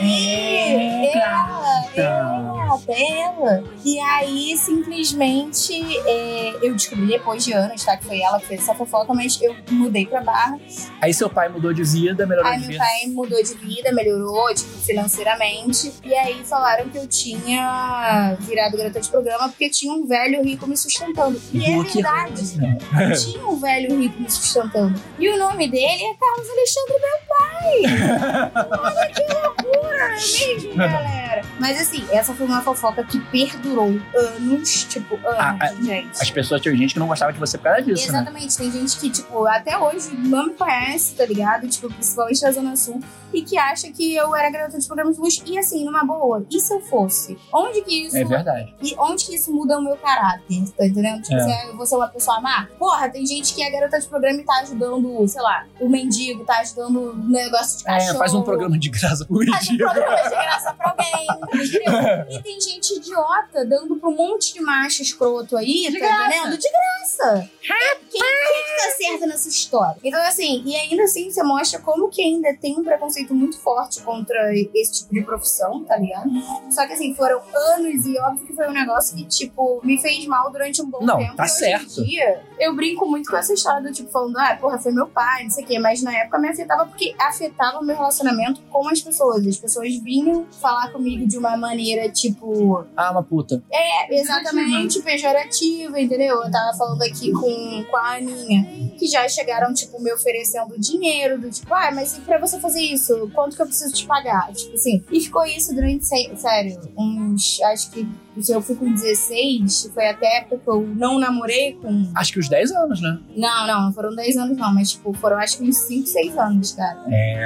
C: E aí,
A: É,
C: ela,
A: gata.
C: ela, ela. E aí, simplesmente, é, eu descobri depois de anos, tá? Que foi ela que fez essa fofoca, mas eu mudei pra barra.
A: Aí seu pai mudou de vida, melhorou
C: Aí
A: de
C: meu
A: vida.
C: pai mudou de vida, melhorou, tipo, financeiramente. E aí falaram que eu tinha virado garota de programa porque tinha um velho rico me sustentando. E é
A: Boa que
C: verdade.
A: né?
C: Tinha um velho rico me sustentando. E o nome dele é Carlos Alexandre Meu Pai. Olha que loucura, não é mesmo, galera? Mas assim, essa foi uma fofoca que perdurou anos, tipo,
A: Ah,
C: anos,
A: ah,
C: gente.
A: As pessoas tinham gente que não gostava de você por causa disso, né?
C: Exatamente, tem gente que, tipo, até hoje não me conhece, tá ligado? Tipo, principalmente da Zona Sul, e que acha que eu era garota de programa de luz. E assim, numa boa, e se eu fosse? Onde que isso.
A: É verdade.
C: E onde que isso muda o meu caráter? Tá entendendo? Tipo,
A: É.
C: assim, ah, eu vou ser uma pessoa má? Porra, tem gente que é garota de programa e tá ajudando, sei lá, o mendigo, tá ajudando o negócio de
A: É,
C: cachorro.
A: faz um programa de graça por
C: Faz um
A: dia.
C: programa de graça pra alguém, Entendeu?
A: *laughs*
C: e tem gente idiota dando pra um monte de macho escroto aí, tá entendendo? De graça. Quem, quem que tá certo nessa história? Então, assim, e ainda assim você mostra como que ainda tem um preconceito muito forte contra esse tipo de profissão, tá ligado? Só que assim, foram anos e óbvio que foi um negócio que, tipo, me fez mal durante um bom
A: Não,
C: tempo.
A: tá
C: E hoje em
A: certo.
C: dia, eu brinco muito com essa história do tipo, falando, ah, porra, foi meu pai, não sei o quê. Mas na época me afetava porque afetava o meu relacionamento com as pessoas. As pessoas vinham falar comigo de uma maneira, tipo,
A: Ah, uma puta.
C: É exatamente pejorativa, entendeu? Eu tava falando aqui com, com a Aninha, que já chegaram, tipo, me oferecendo dinheiro, do tipo, ah, mas e pra você fazer isso? Quanto que eu preciso te pagar? Tipo assim. E ficou isso durante, sé- sério, uns. Acho que se eu fui com 16, foi até a época que eu não namorei com.
A: Acho que uns 10 anos, né?
C: Não, não, não foram 10 anos, não, mas, tipo, foram acho que uns 5, 6 anos, cara.
A: É.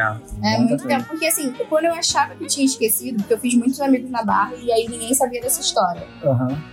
C: É muito tempo, porque assim, quando eu achava que eu tinha esquecido, porque eu fiz muitos amigos na barra e aí ninguém sabia dessa história.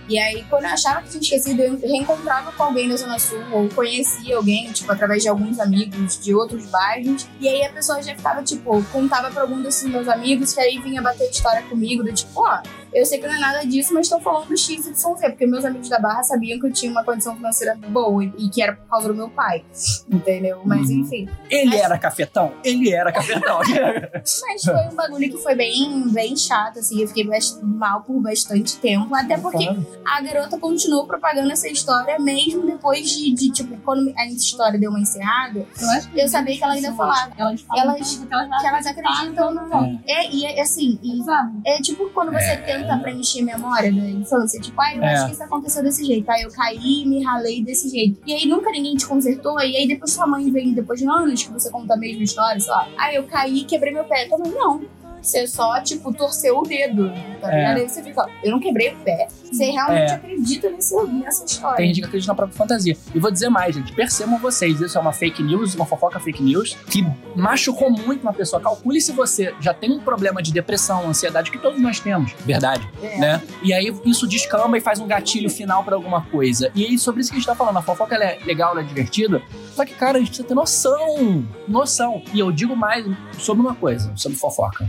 C: E aí, quando eu achava que tinha esquecido, eu reencontrava com alguém da Zona Sul, ou conhecia alguém, tipo, através de alguns amigos de outros bairros. E aí a pessoa já ficava, tipo, contava pra algum desses meus amigos, que aí vinha bater história comigo, do tipo, ó, eu sei que não é nada disso, mas tô falando do X e Z, porque meus amigos da Barra sabiam que eu tinha uma condição financeira boa e que era por causa do meu pai, *laughs* entendeu? Mas
A: Uhum.
C: enfim.
A: Ele
C: Mas- É
A: era cafetão? Ele era
C: *laughs*
A: cafetão.
C: Mas foi um bagulho que foi bem, bem chato, assim, eu fiquei bast- mal por bastante tempo, até porque a garota continuou propagando essa história mesmo depois de, de, tipo, quando a história deu uma encerrada,
E: Eu acho
C: eu sabia que ela ainda falava é
E: Elas
C: Elas-
E: tanto que elas
C: que elas acreditam no não. É, e é assim, e é tipo quando você tenta preencher memória da infância, tipo, ah, eu
A: É.
C: acho que isso aconteceu desse jeito, aí eu caí, me ralei desse jeito. E aí nunca ninguém te consertou, e aí depois sua mãe vem, depois de anos que você conta a mesma história, sei lá, ah, eu caí, quebrei meu pé. Então, não. Você só, tipo, torceu o dedo, tá
A: É.
C: ligado? Aí você fica, ó, eu não quebrei o pé. Você realmente
A: É.
C: acredita nesse, nessa história.
A: Tem gente que acredita na própria fantasia. E vou dizer mais, gente. Percebam vocês, isso é uma fake news, uma fofoca fake news, que machucou muito uma pessoa. Calcule se você já tem um problema de depressão, ansiedade, que todos nós temos. Verdade.
C: É.
A: Né? E aí isso descamba e faz um gatilho final pra alguma coisa. E aí, sobre isso que a gente tá falando, a fofoca ela é legal, ela é divertida. Só que, cara, a gente precisa ter noção. Noção. E eu digo mais sobre uma coisa, sobre fofoca.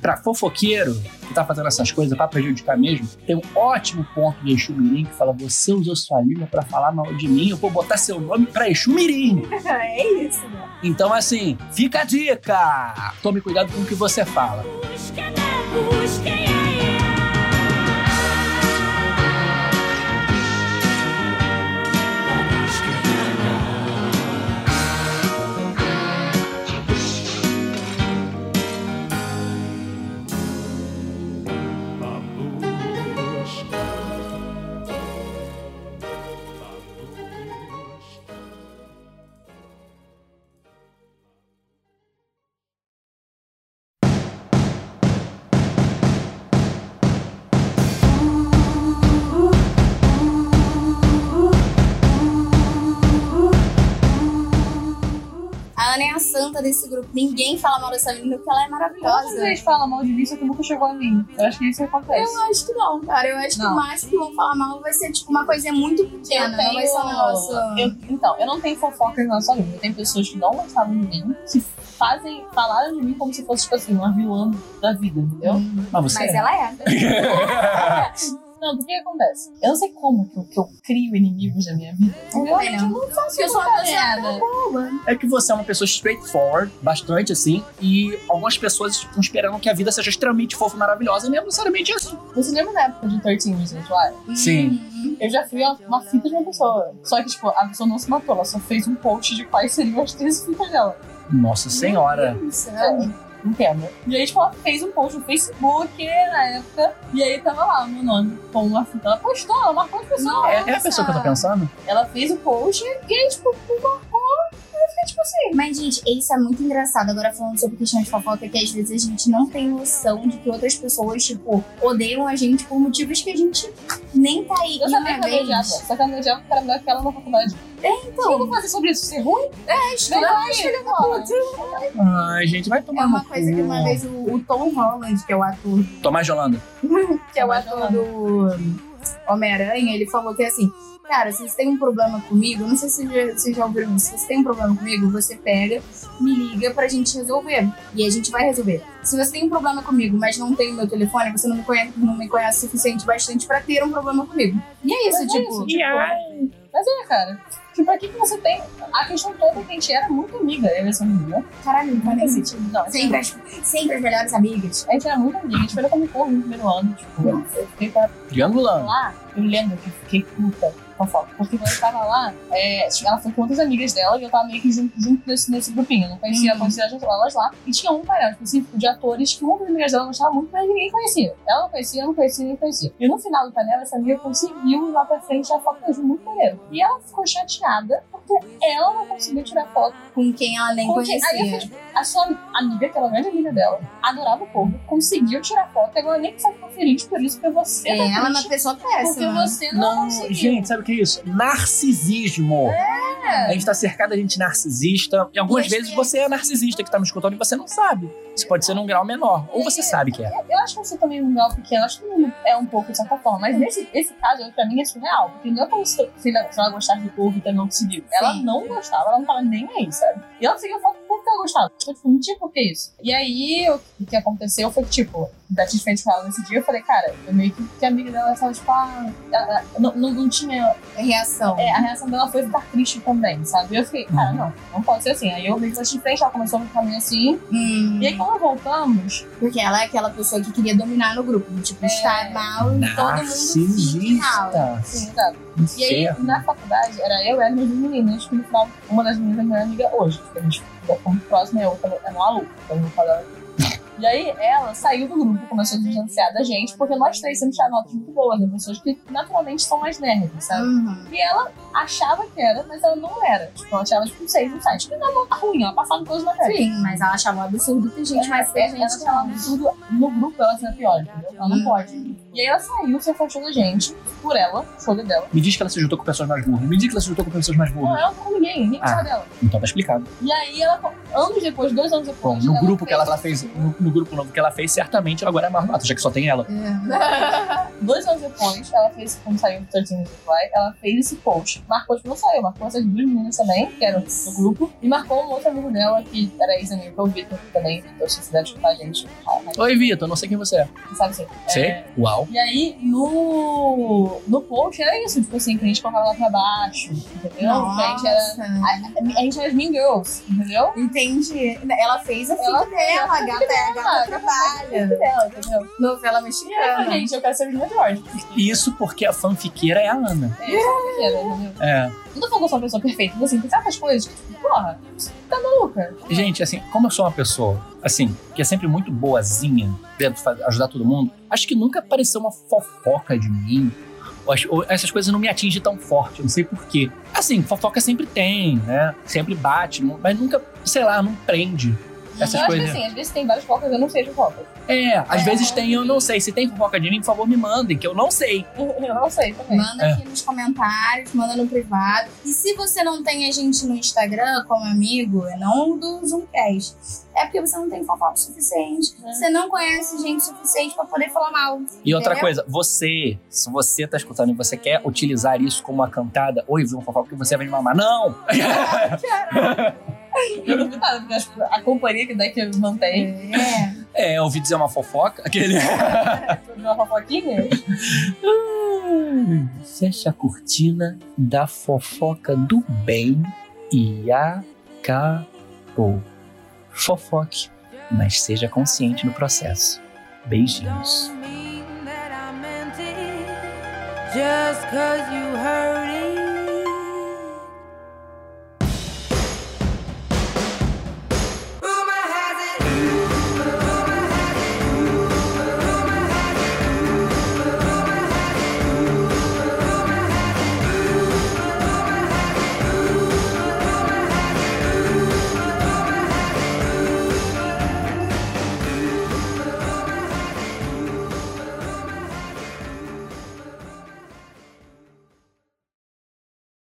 A: Pra fofoqueiro, que tá fazendo essas coisas pra prejudicar mesmo, tem um ótimo ponto de Exu Mirim que fala: você usou sua língua pra falar mal de mim, eu vou botar seu nome pra Exu Mirim.
C: *laughs* É isso, né?
A: Então, assim, fica a dica! Tome cuidado com o que você fala.
C: A Ana é a santa desse grupo. Ninguém fala mal dessa menina porque ela é
E: Todas
C: maravilhosa.
E: eles falam mal de mim, só que nunca chegou a mim. Eu acho que isso acontece.
C: Eu acho que não, cara. Eu acho que
E: Não.
C: o máximo que vão falar mal vai ser tipo uma coisinha muito pequena. Não vai ser um negócio.
E: eu- então, eu não tenho fofocas na nossa língua. Tem pessoas que não gostavam de mim, que fazem, falaram de mim como se fosse, tipo assim, uma vilã da vida, entendeu?
C: Uhum.
A: Mas você.
C: Mas ela é.
E: Não, o que acontece? Eu não sei como que eu, que eu crio inimigos na minha vida. Eu
C: também
E: realmente não faço
C: Eu sou uma pessoa
E: nada.
A: *laughs* É que você é uma pessoa straightforward, bastante assim, e algumas pessoas estão esperando que a vida seja extremamente fofa e maravilhosa, e não é necessariamente assim.
E: Você lembra da época de 13 Reasons Why?
A: Sim.
E: Eu já fui uma, uma fita de uma pessoa. Só que, tipo, a pessoa não se matou. Ela só fez um post de quais seriam as três fitas dela.
A: Nossa senhora.
C: né?
B: É,
E: Entendo. E aí, tipo, ela fez um post no Facebook na época. E aí tava lá o meu nome com uma fita. Ela postou, ela marcou as pessoas.
A: É, é a pessoa que eu tô pensando?
E: Ela fez o post e aí, tipo, me marcou. E eu fiquei, tipo assim.
C: Mas, gente, isso é muito engraçado. Agora, falando sobre questão de fofoca, que às vezes a gente não tem noção de que outras pessoas, tipo, odeiam a gente por motivos que a gente nem tá aí.
E: Eu
C: E
E: sabia
C: uma
E: que ela me
C: vez-
E: odiava. Só que ela me odiava porque ela me aquela na faculdade. O que eu
C: Então,
E: vou fazer sobre isso? Ser ruim? É,
C: estudar,
E: filha
A: Ai, gente, vai
C: é
A: tomar
C: uma
A: no
C: coisa que
A: cu.
C: uma vez o, o Tom Holland, *laughs* que é o ator
A: Tomás de Holanda.
C: que é o ator do Homem-Aranha, ele falou que é assim, cara, se você tem um problema comigo, não sei se já- vocês já ouviram isso, se você tem um problema comigo, você pega, me liga pra gente resolver. E a gente vai resolver. Se você tem um problema comigo, mas não tem o meu telefone, você não me conhece, não me conhece o suficiente bastante pra ter um problema comigo. E é isso,
B: Mas é
C: tipo.
B: isso, tipo, Mas é, cara. Tipo, aqui que você tem. A questão toda é que a gente era muito amiga, eu e essa menina.
C: Caralho, não faz nem sentido.
B: assim, Não, a gente
C: Sempre as, sempre as melhores amigas.
B: a gente era muito amiga, a gente foi como porra no primeiro ano, tipo, eu fiquei pra
A: Triangulando.
B: lá, eu lembro que eu fiquei puta com a foto, porque quando eu tava lá, é, tipo, ela foi com outras amigas dela e eu tava meio que junto, junto nesse, nesse grupinho, eu não conhecia,
C: Uhum.
B: conhecia as- elas lá, e tinha um painel específico de atores que uma das amigas dela gostava muito, mas ninguém conhecia, ela não conhecia, eu não conhecia, ninguém conhecia, e no final do painel essa amiga conseguiu ir lá pra frente a foto mesmo, muito maneiro, e ela ficou chateada porque ela não conseguiu tirar foto
C: Com quem ela nem
B: com quem-
C: conhecia.
B: Aí eu falei, tipo, a sua amiga, que era a grande amiga dela, adorava o povo, conseguiu tirar foto, e agora nem precisa ficar feliz por isso, porque você
C: É,
B: tá
C: ela é
B: triste
C: uma pessoa
B: porque
C: péssima.
B: você não,
A: Não,
B: conseguiu.
A: gente, sabe o que é isso? Narcisismo. A gente tá cercado de gente narcisista. E algumas
C: E as
A: vezes
C: pessoas-
A: você é narcisista que tá me escutando e você não sabe. Isso pode ser num grau menor. Ou você sabe que é.
B: Eu acho que você também um grau pequeno, acho que todo mundo é um pouco de certa forma. Mas nesse, esse caso, pra mim, é surreal. Porque não é como se, se ela, se ela gostasse de povo e também não conseguiu. Ela
C: Sim.
B: não gostava, ela não tava nem aí, sabe? E ela conseguiu foto porque ela gostava. Eu, tipo, não tinha por que isso. E aí, o que aconteceu foi que, tipo, bati de frente com ela nesse dia, eu falei, cara, eu meio que, que a amiga dela tava, tipo, ah, ela- ela- não, não, não tinha
C: Reação.
B: É, a reação dela foi ficar triste também, sabe? Eu fiquei, cara, não, não pode ser assim. Aí eu meio que bati de frente, ela começou a ficar meio assim.
C: Hum,
B: E aí quando voltamos,
C: porque ela é aquela pessoa que queria dominar no grupo. Tipo,
B: É.
C: estar mal e todo mundo fique mal.
A: Narcisista.
B: assim, sabe? E aí,
A: Inferno.
B: na faculdade, era eu e as minhas meninas, que no final, uma das meninas é minha amiga hoje. Tipo, a gente ficou muito próxima e a outra é uma aluca, então eu vou falar aqui. E aí, ela saiu do grupo, começou a se distanciar da gente, porque nós três sempre tiramos notas muito boas, né? pessoas que naturalmente são mais nerds, sabe?
C: Uhum.
B: E ela achava que era, mas ela não era. Tipo, ela achava, tipo, seis no site. Tipo, não, não tá ruim, ela passava em todas as matérias.
C: Sim, mas ela achava um absurdo ter gente mais
B: ela,
C: pra gente. que
B: achava
C: não.
B: tudo no grupo ela sendo pior, entendeu? Ela não
C: Hum.
B: pode. E aí ela saiu, se afastou da gente, por ela, escolha dela.
A: Me diz que ela se juntou com pessoas mais burras. Me diz que ela se juntou com pessoas mais
B: Não,
A: burras.
B: ela não com ninguém, ninguém gostava
A: Uhum. Ah.
B: dela.
A: Então tá explicado.
B: E aí ela, anos depois, dois anos depois.
A: Bom, no
B: ela
A: grupo que ela,
B: fez-
A: ela fez, no, no grupo novo que ela fez, certamente ela agora é a maior nota, já que só tem ela.
C: Uhum.
B: Dois anos depois, ela fez, quando saiu o 13 Reasons Why, ela fez esse post. Marcou, tipo, não só eu, marcou essas duas meninas também, que eram do grupo, e marcou um outro amigo dela, que era ex-amigo, que é o Vitor, que também, Vitor, se quiser escutar a gente, tá, né,
A: Oi, Vitor, não sei quem você é.
B: sabe assim.
A: Sei?
B: É,
A: Uau.
B: E aí, no, no post era isso, tipo assim, que a gente colocava lá pra baixo, entendeu? Que A gente era.
C: Nossa.
B: A gente era as Mean Girls, entendeu?
C: Entendi. Ela fez a
B: Ela
C: fita
B: fez a
C: dela, a
B: fita
C: gata é a
B: dela,
C: gata
B: Amiga
C: trabalha.
B: dela, entendeu?
C: Novela
B: E aí, eu falei,
C: mexicana.
B: gente, eu quero ser o Regina George.
A: Isso porque a fanfiqueira é a Ana.
B: É, eu sou pequena, entendeu?
A: É.
B: Não tô falando que eu sou uma pessoa perfeita, mas assim, tem certas coisas que, tipo, porra, você tá maluca.
A: Gente, assim, como eu sou uma pessoa, assim, que é sempre muito boazinha, tento fa- ajudar todo mundo, acho que nunca apareceu uma fofoca de mim. Ou as- ou essas coisas não me atingem tão forte, eu não sei porquê. Assim, fofoca sempre tem, né? Sempre bate, não- mas nunca, sei lá, não prende essas
B: eu acho que
A: coisas.
B: assim, às vezes tem várias focas, eu não sei de foca.
A: É, às
B: É.
A: vezes tem, eu não sei. Se tem fofoca de mim, por favor, me mandem, que eu não sei.
B: *laughs* Eu não sei
A: É.
B: também.
C: Manda aqui nos comentários, manda no privado. E se você não tem a gente no Instagram como amigo, é não do Zoomcast, é porque você não tem fofoca o suficiente.
B: É.
C: Você não conhece gente suficiente pra poder falar mal.
A: E outra
C: Entendeu?
A: coisa, você, se você tá escutando e você quer utilizar isso como uma cantada, oi, viu um fofoca que você vai me mamar. Não!
B: Eu não vi nada, porque acho que a companhia que daqui eu mantenho,
C: É.
A: É, eu ouvi dizer uma fofoca, *laughs* aquele.
B: eu vi tipo, uma fofoquinha.
A: Hum, Fecha a cortina da fofoca do bem e acabou. Fofoque, mas seja consciente no processo. Beijinhos.
F: Don't mean that I meant it just cause you heard it.